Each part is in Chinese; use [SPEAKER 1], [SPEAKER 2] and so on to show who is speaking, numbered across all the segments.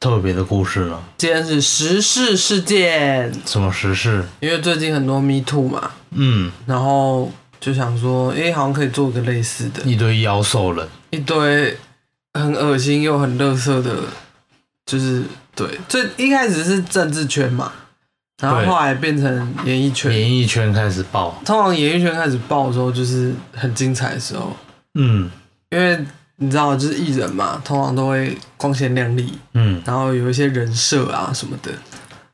[SPEAKER 1] 特别的故事呢？
[SPEAKER 2] 今天是时事事件，
[SPEAKER 1] 什么时事？
[SPEAKER 2] 因为最近很多 Me Too 嘛，
[SPEAKER 1] 嗯，
[SPEAKER 2] 然后就想说，诶、好像可以做个类似的，
[SPEAKER 1] 一堆妖兽人。
[SPEAKER 2] 一堆很恶心又很垃圾的，就是对，最一开始是政治圈嘛，然后
[SPEAKER 1] 对
[SPEAKER 2] 后来变成演艺圈。
[SPEAKER 1] 演艺圈开始爆，
[SPEAKER 2] 通常演艺圈开始爆的时候，就是很精彩的时候，
[SPEAKER 1] 嗯
[SPEAKER 2] 因为你知道，就是艺人嘛，通常都会光鲜亮丽，
[SPEAKER 1] 嗯，
[SPEAKER 2] 然后有一些人设啊什么的，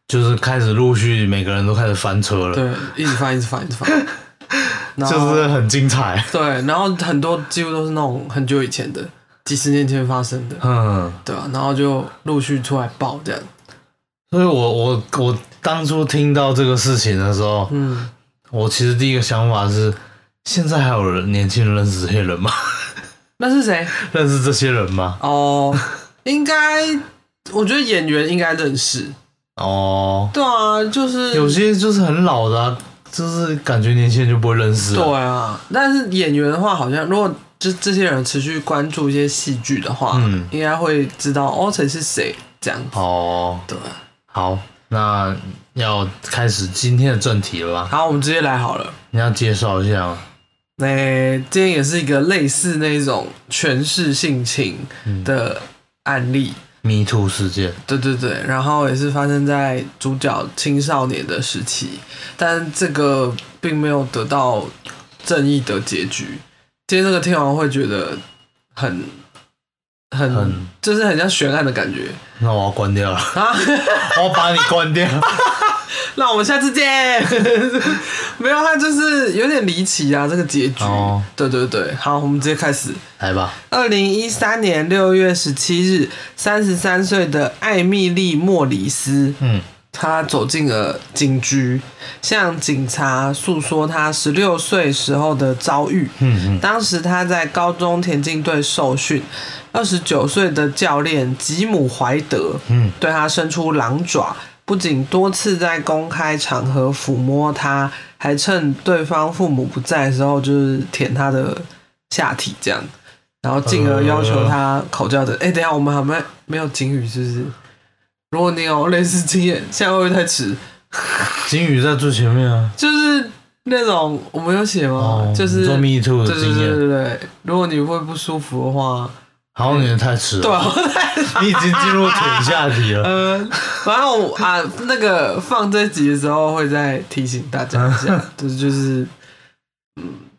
[SPEAKER 1] 就是开始陆续每个人都开始翻车了，
[SPEAKER 2] 对，一直翻，一直翻，一 直翻，然后
[SPEAKER 1] 就是很精彩。
[SPEAKER 2] 对，然后很多几乎都是那种很久以前的，几十年前发生的，
[SPEAKER 1] 嗯，
[SPEAKER 2] 对啊，然后就陆续出来爆这样，
[SPEAKER 1] 所以我我我当初听到这个事情的时候，
[SPEAKER 2] 嗯，
[SPEAKER 1] 我其实第一个想法是，现在还有人年轻人认识这些人吗？
[SPEAKER 2] 那是谁？
[SPEAKER 1] 认识这些人吗？
[SPEAKER 2] 哦， 应该，我觉得演员应该认识。
[SPEAKER 1] 哦，
[SPEAKER 2] 对啊，就是
[SPEAKER 1] 有些就是很老的、啊，就是感觉年轻人就不会认识、
[SPEAKER 2] 对
[SPEAKER 1] 啊。
[SPEAKER 2] 啊，但是演员的话，好像如果就这些人持续关注一些戏剧的话，
[SPEAKER 1] 嗯
[SPEAKER 2] 应该会知道哦谁是谁这样子。
[SPEAKER 1] 哦，
[SPEAKER 2] 对啊，
[SPEAKER 1] 好，那要开始今天的正题了吧？
[SPEAKER 2] 好，我们直接来好了。
[SPEAKER 1] 你要介绍一下吗，
[SPEAKER 2] 那、今天也是一个类似那种权势性侵
[SPEAKER 1] 嗯
[SPEAKER 2] 的案例，
[SPEAKER 1] 迷途事件。
[SPEAKER 2] 对对对，然后也是发生在主角青少年的时期，但这个并没有得到正义的结局。今天这个听完会觉得很很
[SPEAKER 1] 很
[SPEAKER 2] 就是很像悬案的感觉
[SPEAKER 1] 那我要关掉了，
[SPEAKER 2] 啊！
[SPEAKER 1] 我要把你关掉。
[SPEAKER 2] 那我们下次见。 没有，它就是有点离奇啊，这个结局。
[SPEAKER 1] 哦
[SPEAKER 2] 对对对，好，我们直接开始。
[SPEAKER 1] 来吧，
[SPEAKER 2] 二零一三年六月十七日，三十三岁的艾米丽·莫里斯，
[SPEAKER 1] 嗯，
[SPEAKER 2] 他走进了警局，向警察诉说他十六岁时候的遭遇。
[SPEAKER 1] 嗯嗯，
[SPEAKER 2] 当时他在高中田径队受训，二十九岁的教练吉姆怀德，
[SPEAKER 1] 嗯，
[SPEAKER 2] 对他伸出狼爪，不仅多次在公开场合抚摸他，还趁对方父母不在的时候，就是舔他的下体这样，然后进而要求他口交的。
[SPEAKER 1] 嗯
[SPEAKER 2] 哎、等一下我们还没没有警语，是不是？如果你有类似经验，现在会不会太迟？
[SPEAKER 1] 金鱼在最前面啊。
[SPEAKER 2] 就是那种我们有写吗？
[SPEAKER 1] 哦，
[SPEAKER 2] 就是
[SPEAKER 1] 做 Me Too 的
[SPEAKER 2] 对对
[SPEAKER 1] 经
[SPEAKER 2] 对
[SPEAKER 1] 验，
[SPEAKER 2] 对对，如果你会不舒服的话，
[SPEAKER 1] 好，你也太迟了，
[SPEAKER 2] 对、啊，
[SPEAKER 1] 你已经进 入腿下体了。
[SPEAKER 2] 呃，反正我啊，那个放这集的时候会再提醒大家一下， 就是就是，嗯，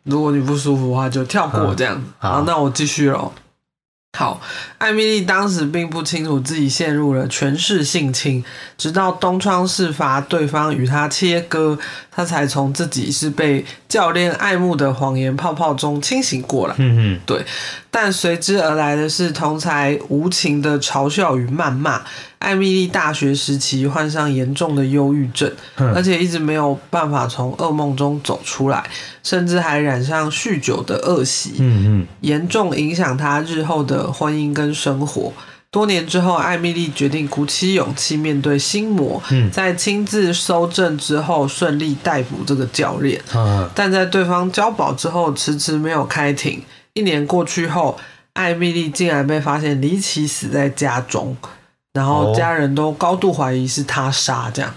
[SPEAKER 2] 如果你不舒服的话就跳过这样。
[SPEAKER 1] 好
[SPEAKER 2] 好，那我继续喽。好，艾米丽当时并不清楚自己陷入了权势性侵，直到东窗事发，对方与她切割，她才从自己是被教练爱慕的谎言泡泡中清醒过来。
[SPEAKER 1] 嗯
[SPEAKER 2] 对，但随之而来的是同才无情的嘲笑与谩骂。艾米丽大学时期患上严重的忧郁症，
[SPEAKER 1] 嗯
[SPEAKER 2] 而且一直没有办法从噩梦中走出来，甚至还染上酗酒的恶习，
[SPEAKER 1] 嗯
[SPEAKER 2] 严重影响她日后的婚姻跟生活。多年之后，艾米丽决定鼓起勇气面对心魔，
[SPEAKER 1] 嗯
[SPEAKER 2] 在亲自搜证之后，顺利逮捕这个教练。
[SPEAKER 1] 嗯，啊，
[SPEAKER 2] 但在对方交保之后，迟迟没有开庭。一年过去后，艾米丽竟然被发现离奇死在家中，然后
[SPEAKER 1] 哦
[SPEAKER 2] 家人都高度怀疑是他杀，这样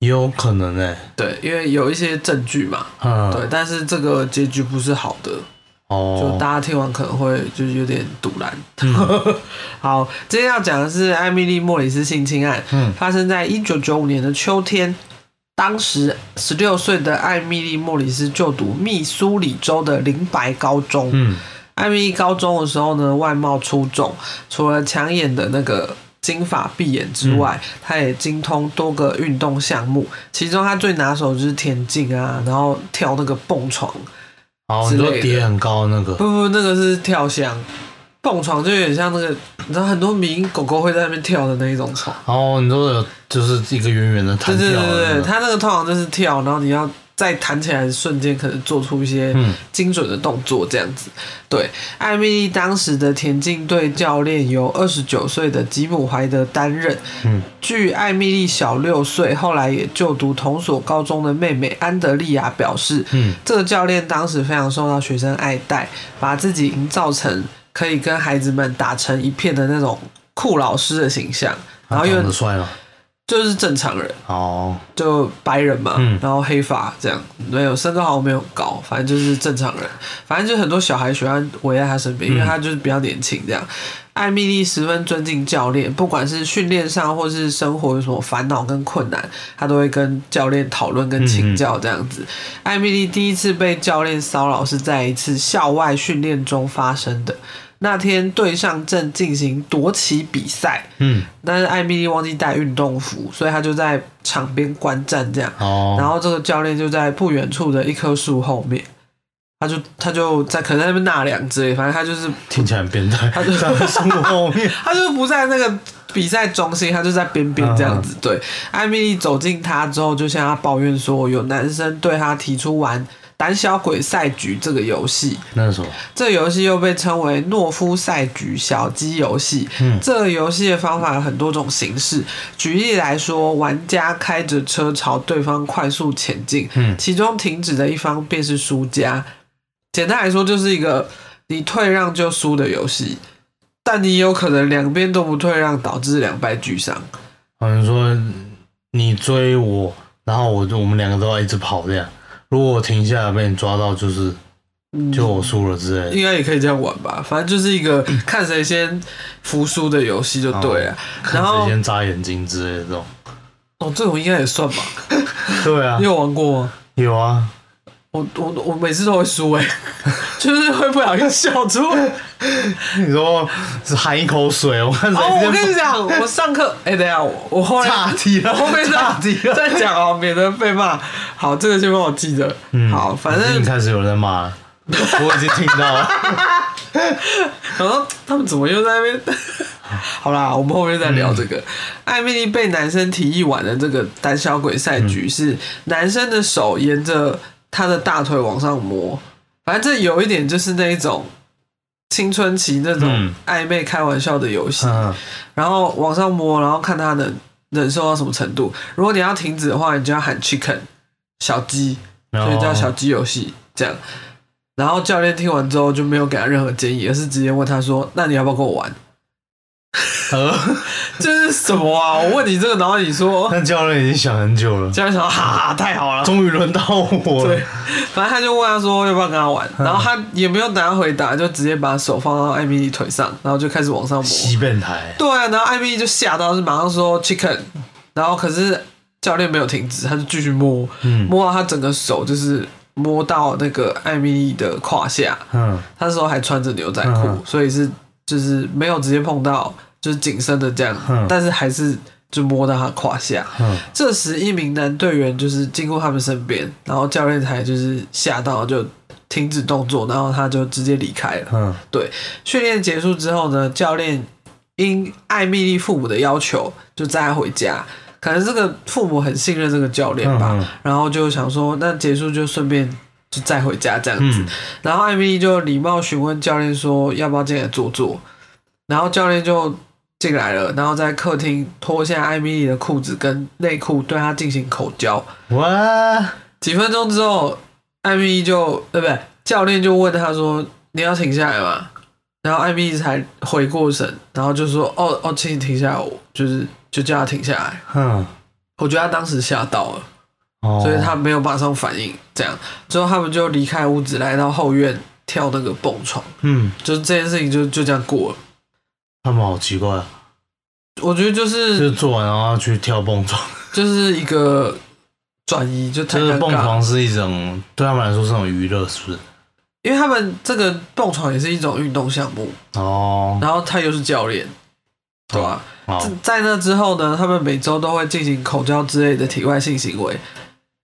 [SPEAKER 1] 也有可能哎、
[SPEAKER 2] 对，因为有一些证据嘛，
[SPEAKER 1] 嗯，
[SPEAKER 2] 对，但是这个结局不是好的，就
[SPEAKER 1] 哦，
[SPEAKER 2] 大家听完可能会就是有点堵然。
[SPEAKER 1] 嗯
[SPEAKER 2] 好，今天要讲的是艾米丽·莫里斯性侵案，
[SPEAKER 1] 嗯
[SPEAKER 2] 发生在一九九五年的秋天。当时十六岁的艾米丽·莫里斯就读密苏里州的林白高中。
[SPEAKER 1] 嗯
[SPEAKER 2] 艾米丽高中的时候呢，外貌出众，除了抢眼的那个金发碧眼之外，
[SPEAKER 1] 嗯
[SPEAKER 2] 她也精通多个运动项目，其中她最拿手就是田径啊，然后跳那个蹦床，
[SPEAKER 1] 哦，
[SPEAKER 2] 之
[SPEAKER 1] 你
[SPEAKER 2] 类
[SPEAKER 1] 说
[SPEAKER 2] 的
[SPEAKER 1] 叠很高那个
[SPEAKER 2] 不不，那个是跳箱。蹦床就有点像那个，你知道很多名狗狗会在那边跳的那一种床。
[SPEAKER 1] 哦，你说有就是一个圆圆的
[SPEAKER 2] 对
[SPEAKER 1] 弹
[SPEAKER 2] 对
[SPEAKER 1] 跳
[SPEAKER 2] 对对，
[SPEAKER 1] 的
[SPEAKER 2] 对
[SPEAKER 1] 那个，
[SPEAKER 2] 它那个通常就是跳，然后你要在弹起来的瞬间，可能做出一些
[SPEAKER 1] 嗯
[SPEAKER 2] 精准的动作这样子。对，艾米丽当时的田径队教练由二十九岁的吉姆怀德担任，
[SPEAKER 1] 嗯
[SPEAKER 2] 据艾米丽小六岁，后来也就读同所高中的妹妹安德利亚表示，
[SPEAKER 1] 嗯
[SPEAKER 2] 这个教练当时非常受到学生爱戴，把自己营造成可以跟孩子们打成一片的那种酷老师的形象，然后
[SPEAKER 1] 他
[SPEAKER 2] 又
[SPEAKER 1] 长得帅吗？
[SPEAKER 2] 就是正常人，
[SPEAKER 1] 哦，
[SPEAKER 2] 就白人嘛，
[SPEAKER 1] 嗯
[SPEAKER 2] 然后黑发这样，没有身高好像没有很高，反正就是正常人，反正就很多小孩喜欢围在他身边，因为他就是比较年轻这样。艾米丽十分尊敬教练，不管是训练上或是生活有什么烦恼跟困难，她都会跟教练讨论跟请教这样子。艾米丽第一次被教练骚扰是在一次校外训练中发生的。那天队上正进行夺旗比赛，
[SPEAKER 1] 嗯
[SPEAKER 2] 但是艾米丽忘记带运动服，所以她就在场边观战这样。
[SPEAKER 1] 哦，
[SPEAKER 2] 然后这个教练就在不远处的一棵树后面，他就他就在可能在那边纳凉之类，反正他就是
[SPEAKER 1] 听起来很变态，
[SPEAKER 2] 他就
[SPEAKER 1] 站在树后 面
[SPEAKER 2] 他就不在那个比赛中心，他就在边边这样子。对，艾米丽走近他之后，就向他抱怨说，有男生对他提出玩胆小鬼赛局这个游戏，
[SPEAKER 1] 那是什么？
[SPEAKER 2] 这游戏又被称为诺夫赛局小鸡游戏。
[SPEAKER 1] 嗯
[SPEAKER 2] 这个游戏的方法有很多种形式。举例来说，玩家开着车朝对方快速前进，
[SPEAKER 1] 嗯
[SPEAKER 2] 其中停止的一方便是输家。简单来说，就是一个你退让就输的游戏，但你有可能两边都不退让，导致两败俱伤。
[SPEAKER 1] 好像说你追我，然后我就我们两个都要一直跑这样。如果我停下来被你抓到，就是就嗯我输了之类的。
[SPEAKER 2] 嗯应该也可以这样玩吧，反正就是一个看谁先服输的游戏就对了。
[SPEAKER 1] 哦看
[SPEAKER 2] 然
[SPEAKER 1] 谁
[SPEAKER 2] 后
[SPEAKER 1] 先眨眼睛之类的这种。
[SPEAKER 2] 哦，这种应该也算吧？
[SPEAKER 1] 对啊
[SPEAKER 2] 你，有玩过吗？
[SPEAKER 1] 有啊，
[SPEAKER 2] 我我我每次都会输哎、 就是会不小心笑出来。
[SPEAKER 1] 你说是含一口水，我看谁
[SPEAKER 2] 哦，我
[SPEAKER 1] 先
[SPEAKER 2] 跟你讲，我上课哎、等一下我我后来
[SPEAKER 1] 岔题了，
[SPEAKER 2] 后面
[SPEAKER 1] 岔题
[SPEAKER 2] 再
[SPEAKER 1] 了。
[SPEAKER 2] 再讲哦，免得被骂。好，这个先帮我记着。
[SPEAKER 1] 嗯
[SPEAKER 2] 好，反
[SPEAKER 1] 已经
[SPEAKER 2] 正
[SPEAKER 1] 开始有人在骂了，我已经听到了。
[SPEAKER 2] 然后他们怎么又在那边？ 好啦，我们后面再聊
[SPEAKER 1] 嗯
[SPEAKER 2] 这个。艾米丽被男生提议玩的这个胆小鬼赛
[SPEAKER 1] 嗯
[SPEAKER 2] 局是男生的手沿着她的大腿往上摸，反正这有一点就是那一种青春期那种
[SPEAKER 1] 嗯
[SPEAKER 2] 暧昧开玩笑的游戏。
[SPEAKER 1] 嗯，
[SPEAKER 2] 然后往上摸，然后看他能忍受到什么程度。如果你要停止的话，你就要喊 chicken 小鸡，
[SPEAKER 1] 然
[SPEAKER 2] 所以
[SPEAKER 1] 后
[SPEAKER 2] 叫小鸡游戏这样。然后教练听完之后就没有给他任何建议，而是直接问他说：“那你要不要跟我玩
[SPEAKER 1] 呃，？”
[SPEAKER 2] 这是什么啊？我问你这个，然后你说，
[SPEAKER 1] 那教练已经想很久了，
[SPEAKER 2] 教练想说：“哈哈，啊太好了。”
[SPEAKER 1] 终于轮到我
[SPEAKER 2] 对
[SPEAKER 1] 了。，
[SPEAKER 2] 反正他就问他说要不要跟他玩，然后他也没有等他回答，就直接把手放到艾米丽腿上，然后就开始往上摸。
[SPEAKER 1] 西变台，
[SPEAKER 2] 对啊，然后艾米丽就吓到，是马上说 chicken，然后可是教练没有停止，他就继续摸，
[SPEAKER 1] 嗯
[SPEAKER 2] 摸到他整个手就是摸到那个艾米丽的胯下，
[SPEAKER 1] 嗯
[SPEAKER 2] 他那时候还穿着牛仔裤，
[SPEAKER 1] 嗯
[SPEAKER 2] 所以是就是没有直接碰到，就是紧身的这样，
[SPEAKER 1] 嗯
[SPEAKER 2] 但是还是就摸到他胯下。
[SPEAKER 1] 嗯，
[SPEAKER 2] 这时，一名男队员就是经过他们身边，然后教练才就是吓到就停止动作，然后他就直接离开了。
[SPEAKER 1] 嗯
[SPEAKER 2] 对，训练结束之后呢，教练因艾米丽父母的要求，就载她回家。可能这个父母很信任这个教练吧，
[SPEAKER 1] 嗯嗯
[SPEAKER 2] 然后就想说，那结束就顺便就载回家这样子。
[SPEAKER 1] 嗯，
[SPEAKER 2] 然后艾米丽就礼貌询问教练说要不要进来坐坐，然后教练就进来了，然后在客厅脱下艾米丽的裤子跟内裤，对她进行口交。
[SPEAKER 1] 哇，
[SPEAKER 2] 几分钟之后，艾米丽就对不对？教练就问他说：“你要停下来吗？”然后艾米丽才回过神，然后就说：“哦哦，请你停下来。”我就是就叫他停下来。
[SPEAKER 1] 嗯，
[SPEAKER 2] 我觉得他当时吓到了，
[SPEAKER 1] 哦
[SPEAKER 2] 所以他没有马上反应。这样之后，他们就离开屋子，来到后院，跳那个蹦床，
[SPEAKER 1] 嗯，
[SPEAKER 2] 就是这件事情就就这样过了。
[SPEAKER 1] 他们好奇怪，啊
[SPEAKER 2] 我觉得就
[SPEAKER 1] 就是做完然后要去跳蹦床，
[SPEAKER 2] 就是一个转移，就太
[SPEAKER 1] 就是
[SPEAKER 2] 尴
[SPEAKER 1] 蹦
[SPEAKER 2] 尬了，
[SPEAKER 1] 床是一种对他们来说是种娱乐，是不是？
[SPEAKER 2] 因为他们这个蹦床也是一种运动项目，
[SPEAKER 1] 哦，
[SPEAKER 2] 然后他又是教练，对吧、
[SPEAKER 1] 好
[SPEAKER 2] 在，在那之后呢，他们每周都会进行口交之类的体外性行为，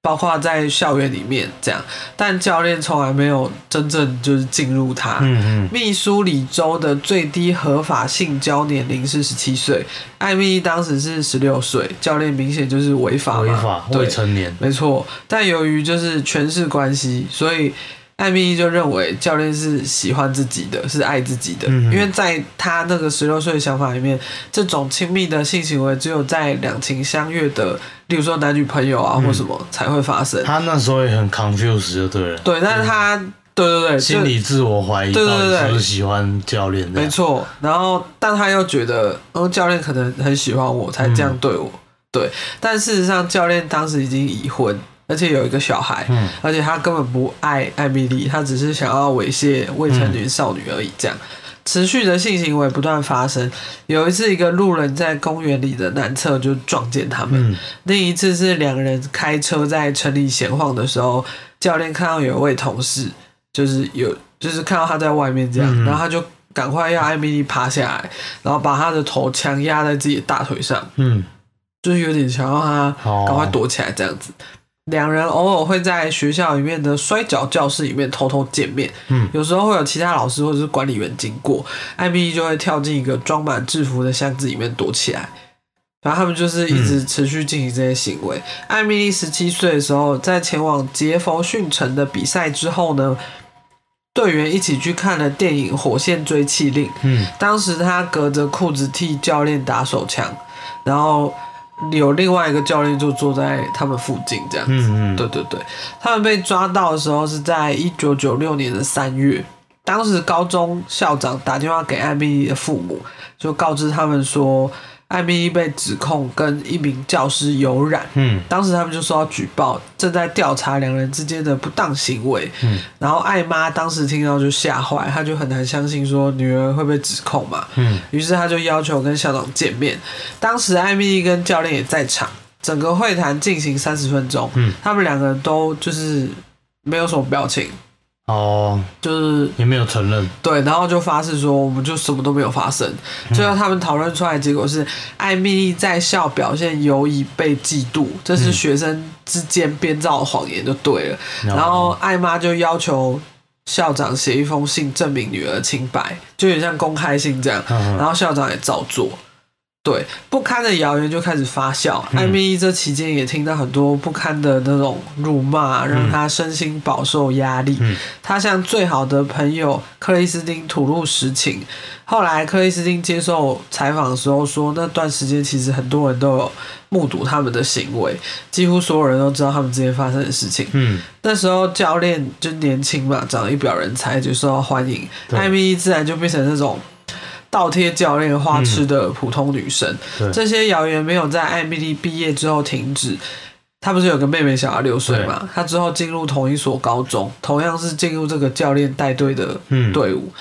[SPEAKER 2] 包括在校园里面这样，但教练从来没有真正就是进入他。
[SPEAKER 1] 嗯嗯，
[SPEAKER 2] 密苏里州的最低合法性交年龄是十七岁，艾米丽当时是十六岁，教练明显就是违法嘛，
[SPEAKER 1] 违法
[SPEAKER 2] 对
[SPEAKER 1] 未，成年，
[SPEAKER 2] 没错。但由于就是权势关系，所以艾米丽就认为教练是喜欢自己的，是爱自己的，
[SPEAKER 1] 嗯
[SPEAKER 2] 因为在她那个十六岁的想法里面，这种亲密的性行为只有在两情相悦的，例如说男女朋友啊或什么、才会发生。
[SPEAKER 1] 嗯他那时候也很 confused 就对了，
[SPEAKER 2] 对，但是她，对对对，就
[SPEAKER 1] 心理自我怀疑
[SPEAKER 2] 对对
[SPEAKER 1] 到底
[SPEAKER 2] 对
[SPEAKER 1] 是不
[SPEAKER 2] 对
[SPEAKER 1] 是喜欢教练这样，
[SPEAKER 2] 没错，然后但他又觉得，哦，教练可能很喜欢我，才这样对我。对，但事实上，教练当时已经已婚，而且有一个小孩，
[SPEAKER 1] 嗯
[SPEAKER 2] 而且他根本不爱艾米丽，他只是想要猥亵未成年少女而已。这样，持续的性行为不断发生。有一次，一个路人在公园里的南侧就撞见他们，
[SPEAKER 1] 嗯
[SPEAKER 2] 另一次是两人开车在城里闲晃的时候，教练看到有一位同事，就是有就是看到他在外面这样，
[SPEAKER 1] 嗯
[SPEAKER 2] 然后他就赶快要艾米丽趴下来，然后把他的头强压在自己的大腿上，
[SPEAKER 1] 嗯，
[SPEAKER 2] 就是有点想要他
[SPEAKER 1] 哦
[SPEAKER 2] 赶快躲起来这样子。两人偶尔会在学校里面的摔跤教室里面偷偷见面，
[SPEAKER 1] 嗯
[SPEAKER 2] 有时候会有其他老师或者是管理员经过，艾米丽就会跳进一个装满制服的箱子里面躲起来。然后他们就是一
[SPEAKER 1] 嗯
[SPEAKER 2] 直持续进行这些行为。艾米丽十七岁的时候，在前往杰佛逊城的比赛之后呢，队员一起去看了电影《火线追气令》，
[SPEAKER 1] 嗯，
[SPEAKER 2] 当时他隔着裤子替教练打手枪，然后有另外一个教练就坐在他们附近这样。
[SPEAKER 1] 嗯嗯，
[SPEAKER 2] 对对对，他们被抓到的时候是在一九九六年的三月。当时高中校长打电话给艾米丽的父母，就告知他们说，艾米丽被指控跟一名教师有染。
[SPEAKER 1] 嗯
[SPEAKER 2] 当时他们就收到举报，正在调查两人之间的不当行为。
[SPEAKER 1] 嗯
[SPEAKER 2] 然后艾妈当时听到就吓坏，她就很难相信说女儿会被指控嘛。
[SPEAKER 1] 嗯
[SPEAKER 2] 于是她就要求跟校长见面。当时艾米丽跟教练也在场，整个会谈进行三十分钟，
[SPEAKER 1] 嗯
[SPEAKER 2] 他们两个都就是没有什么表情，
[SPEAKER 1] 哦，
[SPEAKER 2] 就是
[SPEAKER 1] 也没有承认，
[SPEAKER 2] 对，然后就发誓说我们就什么都没有发生。最后他们讨论出来的结果是，艾米丽在校表现尤以被嫉妒，这是学生之间编造的谎言就对了。然后艾妈就要求校长写一封信证明女儿清白，就有点像公开信这样。
[SPEAKER 1] 嗯
[SPEAKER 2] 然后校长也照做。对，不堪的谣言就开始发酵。艾米丽这期间也听到很多不堪的那种辱骂，让她身心饱受压力。
[SPEAKER 1] 嗯
[SPEAKER 2] 她向最好的朋友克里斯汀吐露实情。后来克里斯汀接受采访的时候说，那段时间其实很多人都有目睹他们的行为，几乎所有人都知道他们之间发生的事情。
[SPEAKER 1] 嗯
[SPEAKER 2] 那时候教练就年轻嘛，长得一表人才，就受到欢迎。
[SPEAKER 1] 对
[SPEAKER 2] 艾米丽自然就变成那种倒贴教练花痴的普通女生。
[SPEAKER 1] 嗯对
[SPEAKER 2] 这些谣言没有在艾米丽毕业之后停止。她不是有个妹妹小她六岁嘛？她之后进入同一所高中，同样是进入这个教练带队的
[SPEAKER 1] 嗯，
[SPEAKER 2] 队伍。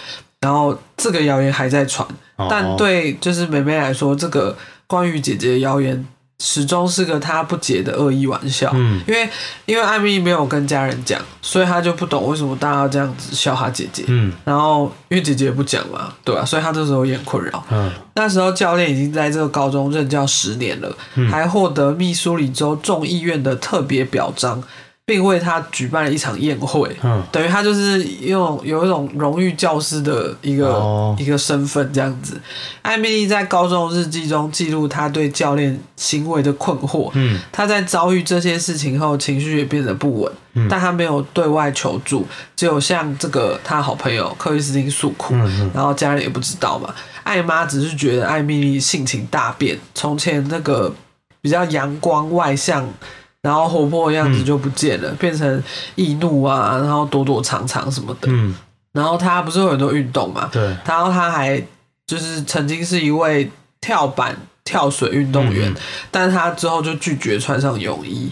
[SPEAKER 2] 然后这个谣言还在传，
[SPEAKER 1] 哦，
[SPEAKER 2] 但对就是妹妹来说，这个关于姐姐的谣言始终是个她不解的恶意玩笑。
[SPEAKER 1] 嗯
[SPEAKER 2] 因为因为艾米没有跟家人讲，所以她就不懂为什么大家要这样子笑她姐姐。
[SPEAKER 1] 嗯
[SPEAKER 2] 然后因为姐姐也不讲嘛，对啊吧、所以她这时候也很困扰。
[SPEAKER 1] 嗯
[SPEAKER 2] 那时候教练已经在这个高中任教十年了，
[SPEAKER 1] 嗯
[SPEAKER 2] 还获得密苏里州众议院的特别表彰，并为她举办了一场宴会。
[SPEAKER 1] 嗯
[SPEAKER 2] 等于他就是用有一种荣誉教师的一个、
[SPEAKER 1] 哦
[SPEAKER 2] 一个身份这样子。艾米丽在高中日记中记录她对教练行为的困惑，
[SPEAKER 1] 嗯
[SPEAKER 2] 他在遭遇这些事情后，情绪也变得不稳，
[SPEAKER 1] 嗯
[SPEAKER 2] 但他没有对外求助，只有向这个他好朋友克里斯汀诉苦，
[SPEAKER 1] 嗯
[SPEAKER 2] 然后家人也不知道嘛。艾妈只是觉得艾米丽性情大变，从前那个比较阳光外向。然后活泼的样
[SPEAKER 1] 嗯
[SPEAKER 2] 子就不见了，变成易怒啊，然后躲躲藏藏什么的。
[SPEAKER 1] 嗯，
[SPEAKER 2] 然后她不是有很多运动嘛，
[SPEAKER 1] 对，
[SPEAKER 2] 然后他还就是曾经是一位跳板跳水运动员，
[SPEAKER 1] 嗯
[SPEAKER 2] 但他之后就拒绝穿上泳衣。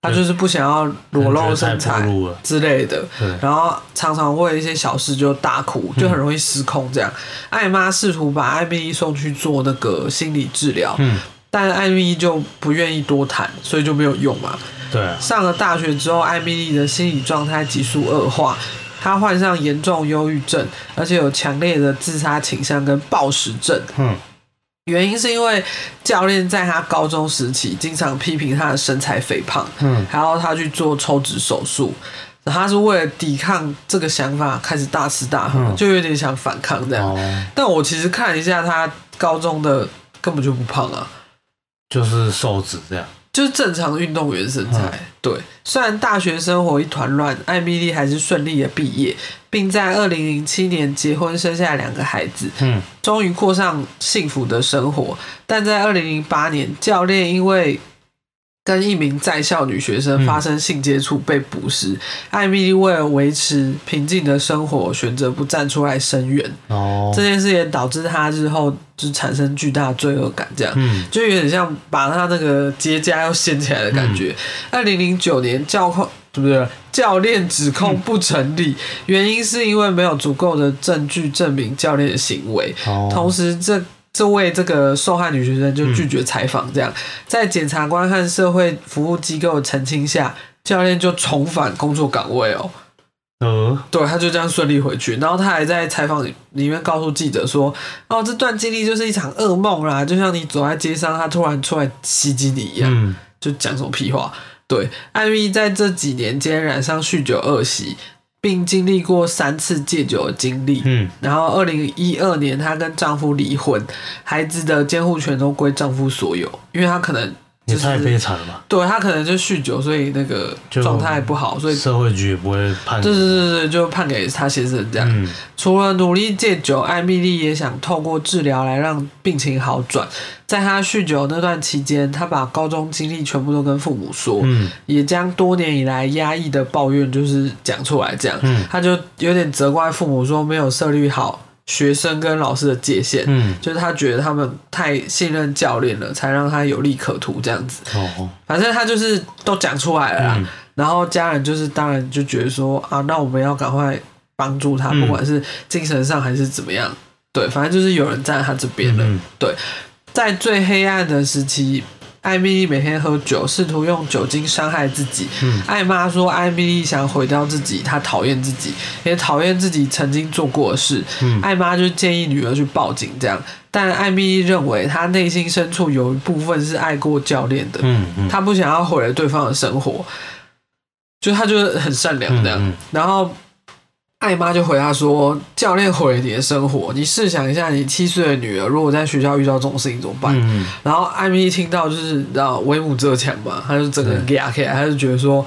[SPEAKER 2] 他就是不想要裸露身
[SPEAKER 1] 感觉太暴
[SPEAKER 2] 材
[SPEAKER 1] 露了
[SPEAKER 2] 之类的
[SPEAKER 1] 对，嗯
[SPEAKER 2] 然后常常为一些小事就大哭，就很容易失控。这样，艾妈试图把艾米丽送去做那个心理治疗，
[SPEAKER 1] 嗯，
[SPEAKER 2] 但艾米丽就不愿意多谈，所以就没有用嘛。
[SPEAKER 1] 对啊，
[SPEAKER 2] 上了大学之后，艾米丽的心理状态急速恶化，她患上严重忧郁症，而且有强烈的自杀倾向跟暴食症。
[SPEAKER 1] 嗯，
[SPEAKER 2] 原因是因为教练在她高中时期经常批评她的身材肥胖，
[SPEAKER 1] 嗯，
[SPEAKER 2] 还要她去做抽脂手术。然后她是为了抵抗这个想法，开始大吃大喝，
[SPEAKER 1] 嗯
[SPEAKER 2] 就有点想反抗这样。
[SPEAKER 1] 哦，
[SPEAKER 2] 但我其实看一下她高中的，根本就不胖啊。
[SPEAKER 1] 就是瘦子这样，
[SPEAKER 2] 就是正常运动员身材。
[SPEAKER 1] 嗯
[SPEAKER 2] 对，虽然大学生活一团乱，艾米丽还是顺利的毕业，并在二零零七年结婚，生下两个孩子，
[SPEAKER 1] 嗯，
[SPEAKER 2] 终于过上幸福的生活。但在二零零八年，教练因为跟一名在校女学
[SPEAKER 1] 嗯
[SPEAKER 2] 生发生性接触被捕时，艾米丽为了维持平静的生活，选择不站出来声援。
[SPEAKER 1] 哦，
[SPEAKER 2] 这件事也导致她日后就产生巨大的罪恶感，这样。
[SPEAKER 1] 嗯，
[SPEAKER 2] 就有点像把他那个结痂又掀起来的感觉。二零零九年教控对不对？教练指控不成立，原因是因为没有足够的证据证明教练的行为。
[SPEAKER 1] 哦，
[SPEAKER 2] 同时这，这位这个受害女学生就拒绝采访，这样、在检察官和社会服务机构的澄清下，教练就重返工作岗位哦。
[SPEAKER 1] 呃，
[SPEAKER 2] 对，他就这样顺利回去。然后他还在采访里面告诉记者说：“哦，这段经历就是一场噩梦啦，就像你走在街上，他突然出来袭击你一样。
[SPEAKER 1] 嗯，
[SPEAKER 2] 就讲什么屁话。对，艾米在这几年间染上酗酒恶习，并经历过三次戒酒的经历。
[SPEAKER 1] 嗯，
[SPEAKER 2] 然后，二零一二年她跟丈夫离婚，孩子的监护权都归丈夫所有，因为她可能
[SPEAKER 1] 也
[SPEAKER 2] 就
[SPEAKER 1] 太悲
[SPEAKER 2] 是
[SPEAKER 1] 惨了吧，
[SPEAKER 2] 对她可能就酗酒，所以那个
[SPEAKER 1] 就
[SPEAKER 2] 状态不好，所以
[SPEAKER 1] 社会局也不会判，
[SPEAKER 2] 对对对对，就判给她先生这样。
[SPEAKER 1] 嗯，
[SPEAKER 2] 除了努力戒酒，艾米丽也想透过治疗来让病情好转。在她酗酒那段期间，她把高中经历全部都跟父母说，
[SPEAKER 1] 嗯，
[SPEAKER 2] 也将多年以来压抑的抱怨就是讲出来，这样，
[SPEAKER 1] 嗯
[SPEAKER 2] 她就有点责怪父母说没有设立好学生跟老师的界限。
[SPEAKER 1] 嗯，
[SPEAKER 2] 就是她觉得他们太信任教练了，才让她有利可图这样子。
[SPEAKER 1] 哦，
[SPEAKER 2] 反正她就是都讲出来了啦。
[SPEAKER 1] 嗯
[SPEAKER 2] 然后家人就是当然就觉得说啊，那我们要赶快帮助她，
[SPEAKER 1] 嗯
[SPEAKER 2] 不管是精神上还是怎么样，对，反正就是有人站在她这边了。
[SPEAKER 1] 嗯
[SPEAKER 2] 在最黑暗的时期，艾米丽每天喝酒，试图用酒精伤害自己。
[SPEAKER 1] 嗯
[SPEAKER 2] 艾妈说，艾米丽想毁掉自己，她讨厌自己，也讨厌自己曾经做过的事。
[SPEAKER 1] 嗯
[SPEAKER 2] 艾妈就建议女儿去报警，这样。但艾米丽认为，她内心深处有一部分是爱过教练的，
[SPEAKER 1] 嗯嗯，
[SPEAKER 2] 她不想要毁了对方的生活，就她就是很善良这样。
[SPEAKER 1] 嗯嗯
[SPEAKER 2] 然后艾妈就回答说：“教练毁了你的生活，你试想一下，你七岁的女儿如果在学校遇到这种事情怎么办？”
[SPEAKER 1] 嗯
[SPEAKER 2] 然后艾米一听到就是你知道为母则强嘛，她就整个人压起来，她就觉得说。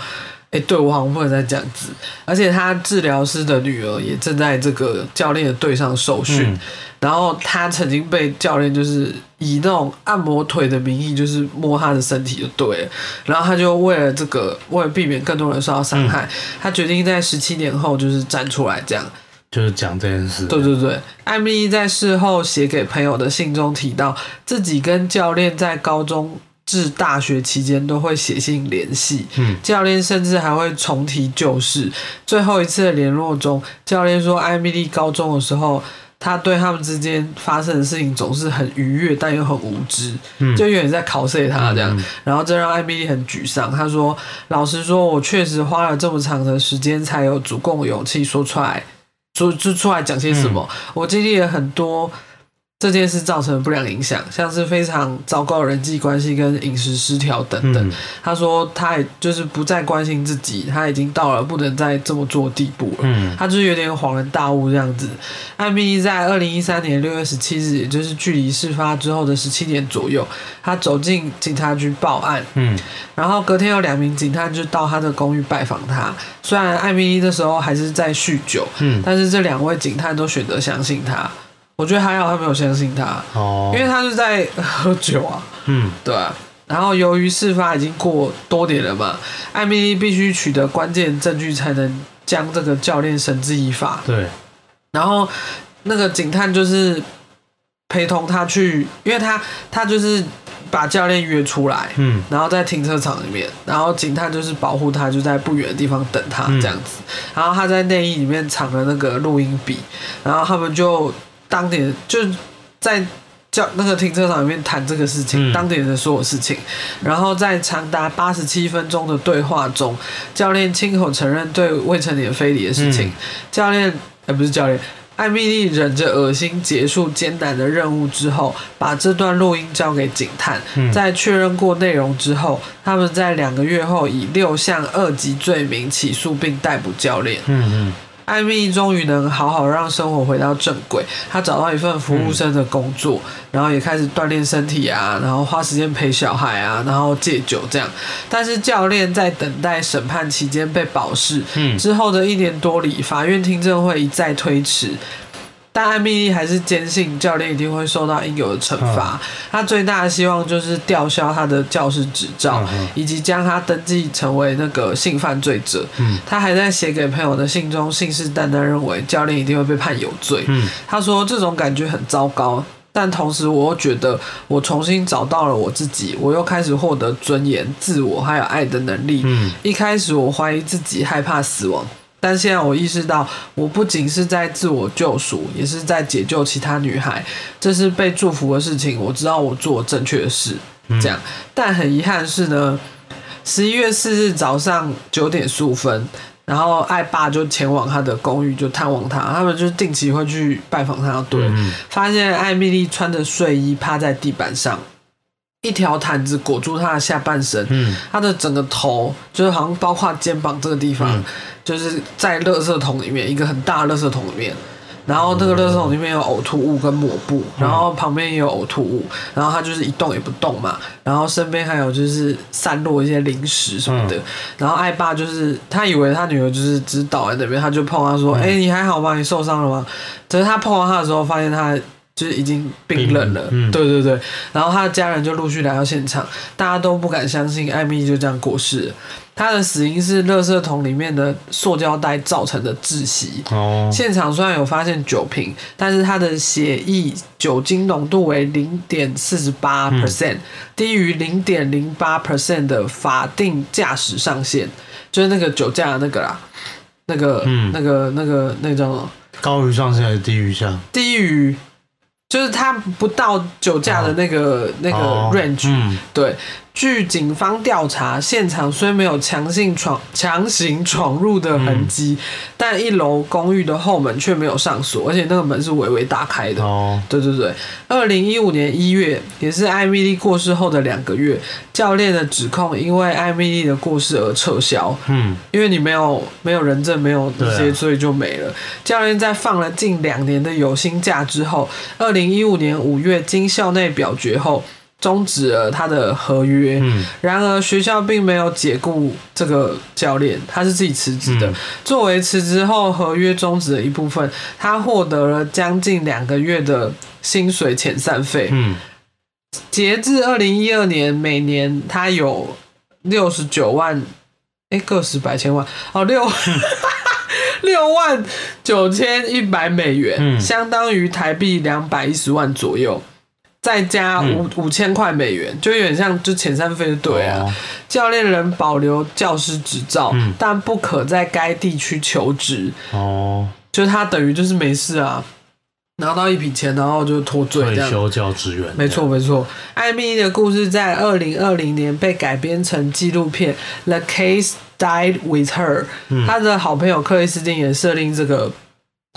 [SPEAKER 2] 哎、对我好像不能再这样子，而且她治疗师的女儿也正在这个教练的队上受训，
[SPEAKER 1] 嗯
[SPEAKER 2] 然后她曾经被教练就是以那种按摩腿的名义，就是摸她的身体就对了。然后她就为了这个，为了避免更多人受到伤害，她决定在十七年后就是站出来这样。
[SPEAKER 1] 就是讲这件事，
[SPEAKER 2] 对对对，艾米丽在事后写给朋友的信中提到，自己跟教练在高中至大学期间都会写信联系，
[SPEAKER 1] 嗯
[SPEAKER 2] 教练甚至还会重提旧事。最后一次的联络中，教练说艾米丽高中的时候。他对他们之间发生的事情总是很愉悦，但又很无知，
[SPEAKER 1] 嗯
[SPEAKER 2] 就有点在考试他这样，
[SPEAKER 1] 嗯嗯
[SPEAKER 2] 然后这让艾米丽很沮丧。她说：“老实说，我确实花了这么长的时间才有足够的勇气说出来，说就出来讲些什么。
[SPEAKER 1] 嗯
[SPEAKER 2] 我经历了很多这件事造成的不良影响，像是非常糟糕的人际关系跟饮食失调等等。
[SPEAKER 1] 嗯
[SPEAKER 2] 他说，他也就是不再关心自己，他已经到了不能再这么做的地步了。
[SPEAKER 1] 嗯，
[SPEAKER 2] 他就是有点恍然大悟这样子。艾米丽在二零一三年六月十七日，也就是距离事发之后的十七年左右，他走进警察局报案，
[SPEAKER 1] 嗯
[SPEAKER 2] 然后隔天有两名警探就到他的公寓拜访他。虽然艾米丽这时候还是在酗酒，
[SPEAKER 1] 嗯，
[SPEAKER 2] 但是这两位警探都选择相信他。我觉得还好他没有相信他，
[SPEAKER 1] 哦，
[SPEAKER 2] 因为他是在喝酒啊，
[SPEAKER 1] 嗯
[SPEAKER 2] 对啊。然后由于事发已经过多年了嘛，艾米丽必须取得关键证据才能将这个教练绳之以法。
[SPEAKER 1] 对，
[SPEAKER 2] 然后那个警探就是陪同他去，因为他他就是把教练约出来，
[SPEAKER 1] 嗯，
[SPEAKER 2] 然后在停车场里面，然后警探就是保护他，就在不远的地方等他
[SPEAKER 1] 嗯
[SPEAKER 2] 这样子。然后他在内衣里面藏了那个录音笔，然后他们就当年就在教那个停车场里面谈这个事情，
[SPEAKER 1] 嗯
[SPEAKER 2] 当年的所有事情。然后在长达八十七分钟的对话中，教练亲口承认对未成年非礼的事情。
[SPEAKER 1] 嗯
[SPEAKER 2] 教练，呃，不是教练。艾米丽忍着恶心结束艰难的任务之后，把这段录音交给警探。
[SPEAKER 1] 嗯
[SPEAKER 2] 在确认过内容之后，他们在两个月后以六项二级罪名起诉并逮捕教练。
[SPEAKER 1] 嗯
[SPEAKER 2] 艾米终于能好好让生活回到正轨，她找到一份服务生的工作，然后也开始锻炼身体啊，然后花时间陪小孩啊，然后戒酒这样。但是教练在等待审判期间被保释，
[SPEAKER 1] 嗯
[SPEAKER 2] 之后的一年多里，法院听证会一再推迟。但艾米丽还是坚信教练一定会受到应有的惩罚。她最大的希望就是吊销他的教师执照
[SPEAKER 1] 嗯嗯，
[SPEAKER 2] 以及将他登记成为那个性犯罪者。
[SPEAKER 1] 嗯
[SPEAKER 2] 他还在写给朋友的信中信誓旦旦认为教练一定会被判有罪。
[SPEAKER 1] 嗯
[SPEAKER 2] 他说这种感觉很糟糕，但同时我又觉得我重新找到了我自己，我又开始获得尊严、自我还有爱的能力。
[SPEAKER 1] 嗯
[SPEAKER 2] 一开始我怀疑自己害怕死亡，但现在我意识到，我不仅是在自我救赎，也是在解救其他女孩。这是被祝福的事情，我知道我做正确的事。这样，但很遗憾是呢，十一月四日早上九点十五分。然后艾爸就前往他的公寓，就探望他。他们就定期会去拜访他，对。
[SPEAKER 1] 嗯
[SPEAKER 2] 发现艾米丽穿着睡衣趴在地板上，一条毯子裹住她的下半身，
[SPEAKER 1] 嗯
[SPEAKER 2] 他的整个头，就是好像包括肩膀这个地方，
[SPEAKER 1] 嗯
[SPEAKER 2] 就是在垃圾桶里面，一个很大的垃圾桶里面。然后那个垃圾桶里面有呕吐物跟抹布，
[SPEAKER 1] 嗯
[SPEAKER 2] 然后旁边也有呕吐物，然后他就是一动也不动嘛，然后身边还有就是散落一些零食什
[SPEAKER 1] 嗯
[SPEAKER 2] 么的，然后艾爸就是他以为他女儿就是只是倒在那边，他就碰他说：“
[SPEAKER 1] 嗯
[SPEAKER 2] 哎、你还好吗？你受伤了吗？”只是他碰到他的时候，发现他就是已经病冷了，
[SPEAKER 1] 嗯
[SPEAKER 2] 对对对，然后他的家人就陆续来到现场，大家都不敢相信艾米就这样过世了。他的死因是垃圾桶里面的塑胶袋造成的窒息。
[SPEAKER 1] 哦
[SPEAKER 2] 现场虽然有发现酒瓶，但是他的血液酒精浓度为零点四十八 percent，低于零点零八 percent 的法定驾驶上限，就是那个酒驾的那个啦，那个、
[SPEAKER 1] 嗯
[SPEAKER 2] 那个那个那个叫什么？
[SPEAKER 1] 高于上限还是低于下？
[SPEAKER 2] 低于，就是他不到酒驾的那个、那个
[SPEAKER 1] 哦
[SPEAKER 2] range、
[SPEAKER 1] 嗯
[SPEAKER 2] 对，据警方调查，现场虽没有强行闯强行闯入的痕迹，
[SPEAKER 1] 嗯
[SPEAKER 2] 但一楼公寓的后门却没有上锁，而且那个门是微微打开的。
[SPEAKER 1] 哦
[SPEAKER 2] 对对对，二零一五年一月，也是艾米丽过世后的两个月，教练的指控因为艾米丽的过世而撤销。
[SPEAKER 1] 嗯
[SPEAKER 2] 因为你没有没有人证，没有那些，
[SPEAKER 1] 对啊
[SPEAKER 2] 所以就没了。教练在放了近两年的有薪假之后，二零一五年五月经校内表决后，终止了他的合约。
[SPEAKER 1] 嗯
[SPEAKER 2] 然而，学校并没有解雇这个教练，他是自己辞职的。
[SPEAKER 1] 嗯
[SPEAKER 2] 作为辞职后合约终止的一部分，他获得了将近两个月的薪水遣散费。
[SPEAKER 1] 嗯
[SPEAKER 2] 截至二零一二年，每年他有六十九万，哎、个十百千万，哦，六 六万九千一百美元，
[SPEAKER 1] 嗯
[SPEAKER 2] 相当于台币两百一十万左右，再加
[SPEAKER 1] 嗯
[SPEAKER 2] 五五千块美元，就有点像就遣散费就对啊。
[SPEAKER 1] 哦
[SPEAKER 2] 教练人保留教师执照，
[SPEAKER 1] 嗯
[SPEAKER 2] 但不可在该地区求职，
[SPEAKER 1] 哦，
[SPEAKER 2] 就是他等于就是没事啊，拿到一笔钱，然后就脱罪
[SPEAKER 1] 退
[SPEAKER 2] 这样。
[SPEAKER 1] 休教职员，
[SPEAKER 2] 没错，没错。艾米丽的故事在二零二零年被改编成纪录片《The Case Died with Her》，她的好朋友克里斯汀也设定这个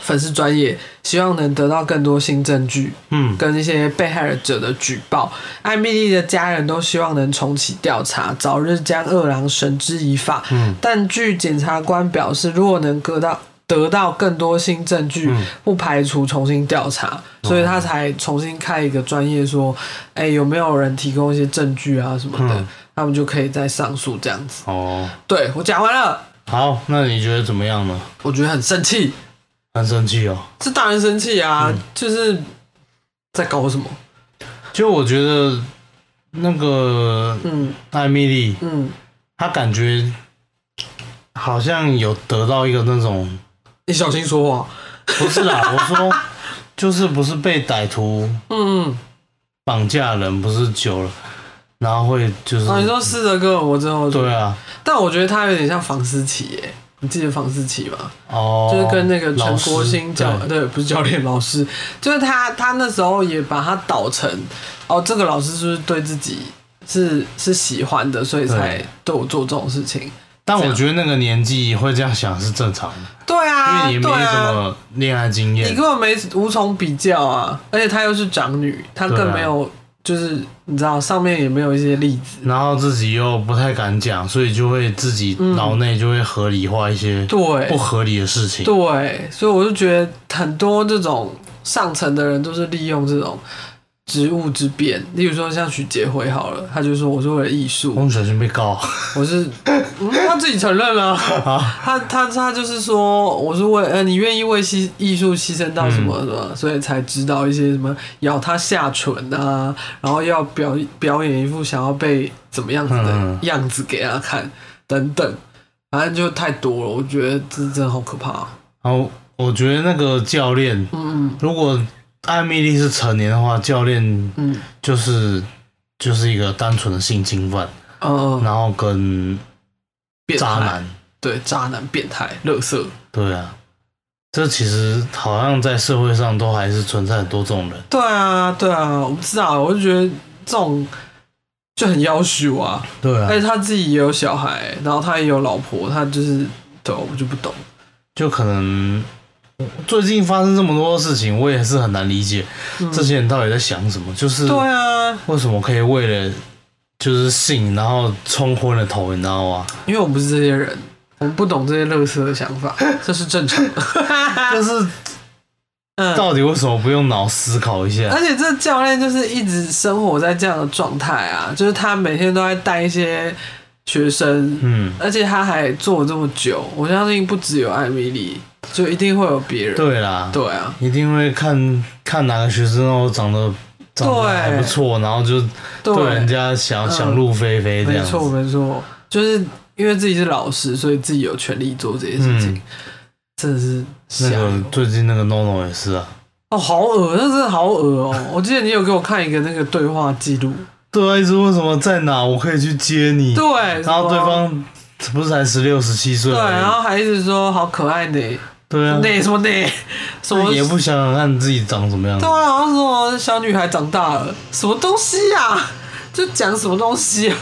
[SPEAKER 2] 粉丝专业，希望能得到更多新证据
[SPEAKER 1] 嗯
[SPEAKER 2] 跟一些被害者的举报。艾米丽的家人都希望能重启调查，早日将恶狼绳之以法。
[SPEAKER 1] 嗯
[SPEAKER 2] 但据检察官表示，如果能得到得到更多新证据，
[SPEAKER 1] 嗯
[SPEAKER 2] 不排除重新调查，所以他才重新开一个专业说，哎、有没有人提供一些证据啊什么的，
[SPEAKER 1] 嗯
[SPEAKER 2] 他们就可以再上诉这样子。
[SPEAKER 1] 哦，
[SPEAKER 2] 对我讲完了，
[SPEAKER 1] 好，那你觉得怎么样呢？
[SPEAKER 2] 我觉得很生气，
[SPEAKER 1] 很生气哦。
[SPEAKER 2] 这当然生气
[SPEAKER 1] 嗯
[SPEAKER 2] 啊，就是在搞什么？
[SPEAKER 1] 就我觉得那个
[SPEAKER 2] 嗯
[SPEAKER 1] 艾米丽，
[SPEAKER 2] 嗯，
[SPEAKER 1] 她感觉好像有得到一个那种，
[SPEAKER 2] 你小心说话。
[SPEAKER 1] 不是啦，我说就是不是被歹徒
[SPEAKER 2] 嗯
[SPEAKER 1] 绑架人，不是久了，然后会就是、
[SPEAKER 2] 哦，你说四的歌我真的，
[SPEAKER 1] 对啊，
[SPEAKER 2] 但我觉得他有点像房思琪耶，你记得房思琪吗？
[SPEAKER 1] 哦，
[SPEAKER 2] 就是跟那个陈国兴教
[SPEAKER 1] 老哦师对
[SPEAKER 2] 对，不是教练老师，就是他他那时候也把他导成哦，这个老师就是对自己是是喜欢的，所以才对我做这种事情。
[SPEAKER 1] 但
[SPEAKER 2] 这
[SPEAKER 1] 我
[SPEAKER 2] 样
[SPEAKER 1] 觉得那个年纪会这样想是正常的，
[SPEAKER 2] 对啊，
[SPEAKER 1] 因为你
[SPEAKER 2] 对
[SPEAKER 1] 没什
[SPEAKER 2] 啊，
[SPEAKER 1] 么恋爱经
[SPEAKER 2] 你
[SPEAKER 1] 验啊
[SPEAKER 2] 根，本没无从比较啊，而且她又是长女，她
[SPEAKER 1] 对啊
[SPEAKER 2] 更没有、就是你知道上面也没有一些例子。
[SPEAKER 1] 然后自己又不太敢讲，所以就会自己脑内就会合理化一些不
[SPEAKER 2] 对
[SPEAKER 1] 合理的事情。
[SPEAKER 2] 对，所以我就觉得很多这种上层的人都是利用这种职务之便，例如说像许杰辉好了，他就说我是为了艺术，
[SPEAKER 1] 我们小心被告，
[SPEAKER 2] 我是，嗯，他自己承认了、他他他就是说，我是为呃，你愿意为牺艺术牺牲到什么什么，所以才知道一些什么咬他下唇啊，然后要表表演一副想要被怎么样子的
[SPEAKER 1] 嗯
[SPEAKER 2] 样子给他看，等等，反正就太多了，我觉得这真的好可怕、
[SPEAKER 1] 然后我觉得那个教练，
[SPEAKER 2] 嗯
[SPEAKER 1] 如果艾米丽是成年的话，教练
[SPEAKER 2] 嗯
[SPEAKER 1] 就是就是一个单纯的性侵犯，
[SPEAKER 2] 嗯嗯，
[SPEAKER 1] 然后跟
[SPEAKER 2] 变态
[SPEAKER 1] 渣，男，
[SPEAKER 2] 对渣男、变态、乐色，
[SPEAKER 1] 对啊，这其实好像在社会上都还是存在很多这种人，
[SPEAKER 2] 对啊对啊，我不知道，我就觉得这种就很要羞啊。
[SPEAKER 1] 对
[SPEAKER 2] 而
[SPEAKER 1] 啊，
[SPEAKER 2] 且他自己也有小孩，然后他也有老婆，他就是对我就不懂。
[SPEAKER 1] 就可能嗯最近发生这么多事情，我也是很难理解这些人到底在想什么，就是
[SPEAKER 2] 嗯对啊，
[SPEAKER 1] 为什么可以为了就是性然后冲昏了头，你知道吗？
[SPEAKER 2] 因为我们不是这些人，我们不懂这些乐色的想 法，这是正常的。啊
[SPEAKER 1] 就是
[SPEAKER 2] 嗯，
[SPEAKER 1] 到底为什么不用脑思考一下
[SPEAKER 2] 而？且这教练就是一直生活在这样的状态啊，就是他每天都在带一些学生，
[SPEAKER 1] 嗯，
[SPEAKER 2] 而且他还做了这么久，我相信不只有艾米丽，就一定会有别人。
[SPEAKER 1] 对啦，
[SPEAKER 2] 对啊，
[SPEAKER 1] 一定会看看哪个学生哦长得长得
[SPEAKER 2] 对
[SPEAKER 1] 还不错，然后就对人家想、
[SPEAKER 2] 嗯
[SPEAKER 1] 想入非非这
[SPEAKER 2] 啊没
[SPEAKER 1] 样
[SPEAKER 2] 错，
[SPEAKER 1] 子。
[SPEAKER 2] 没错，就是因为自己是老师，所以自己有权利做这些事情，
[SPEAKER 1] 嗯
[SPEAKER 2] 真的是瞎
[SPEAKER 1] 那
[SPEAKER 2] 有
[SPEAKER 1] 个最近那个 NONO 也是啊，
[SPEAKER 2] 哦，好恶，那真的好恶哦！我记得你有给我看一个那个对话记录，
[SPEAKER 1] 对啊，一直问什么在哪，我可以去接你。
[SPEAKER 2] 对，
[SPEAKER 1] 然后对
[SPEAKER 2] 什么
[SPEAKER 1] 方不是才十六十七岁
[SPEAKER 2] 对，啊
[SPEAKER 1] 而已，
[SPEAKER 2] 然后还一直说好可爱呢，
[SPEAKER 1] 对啊，
[SPEAKER 2] 呢什么呢，什么
[SPEAKER 1] 也不想想看自己长什么样
[SPEAKER 2] 对
[SPEAKER 1] 子。
[SPEAKER 2] 啊，然后说小女孩长大了，什么东西呀、啊？就讲什么东西啊？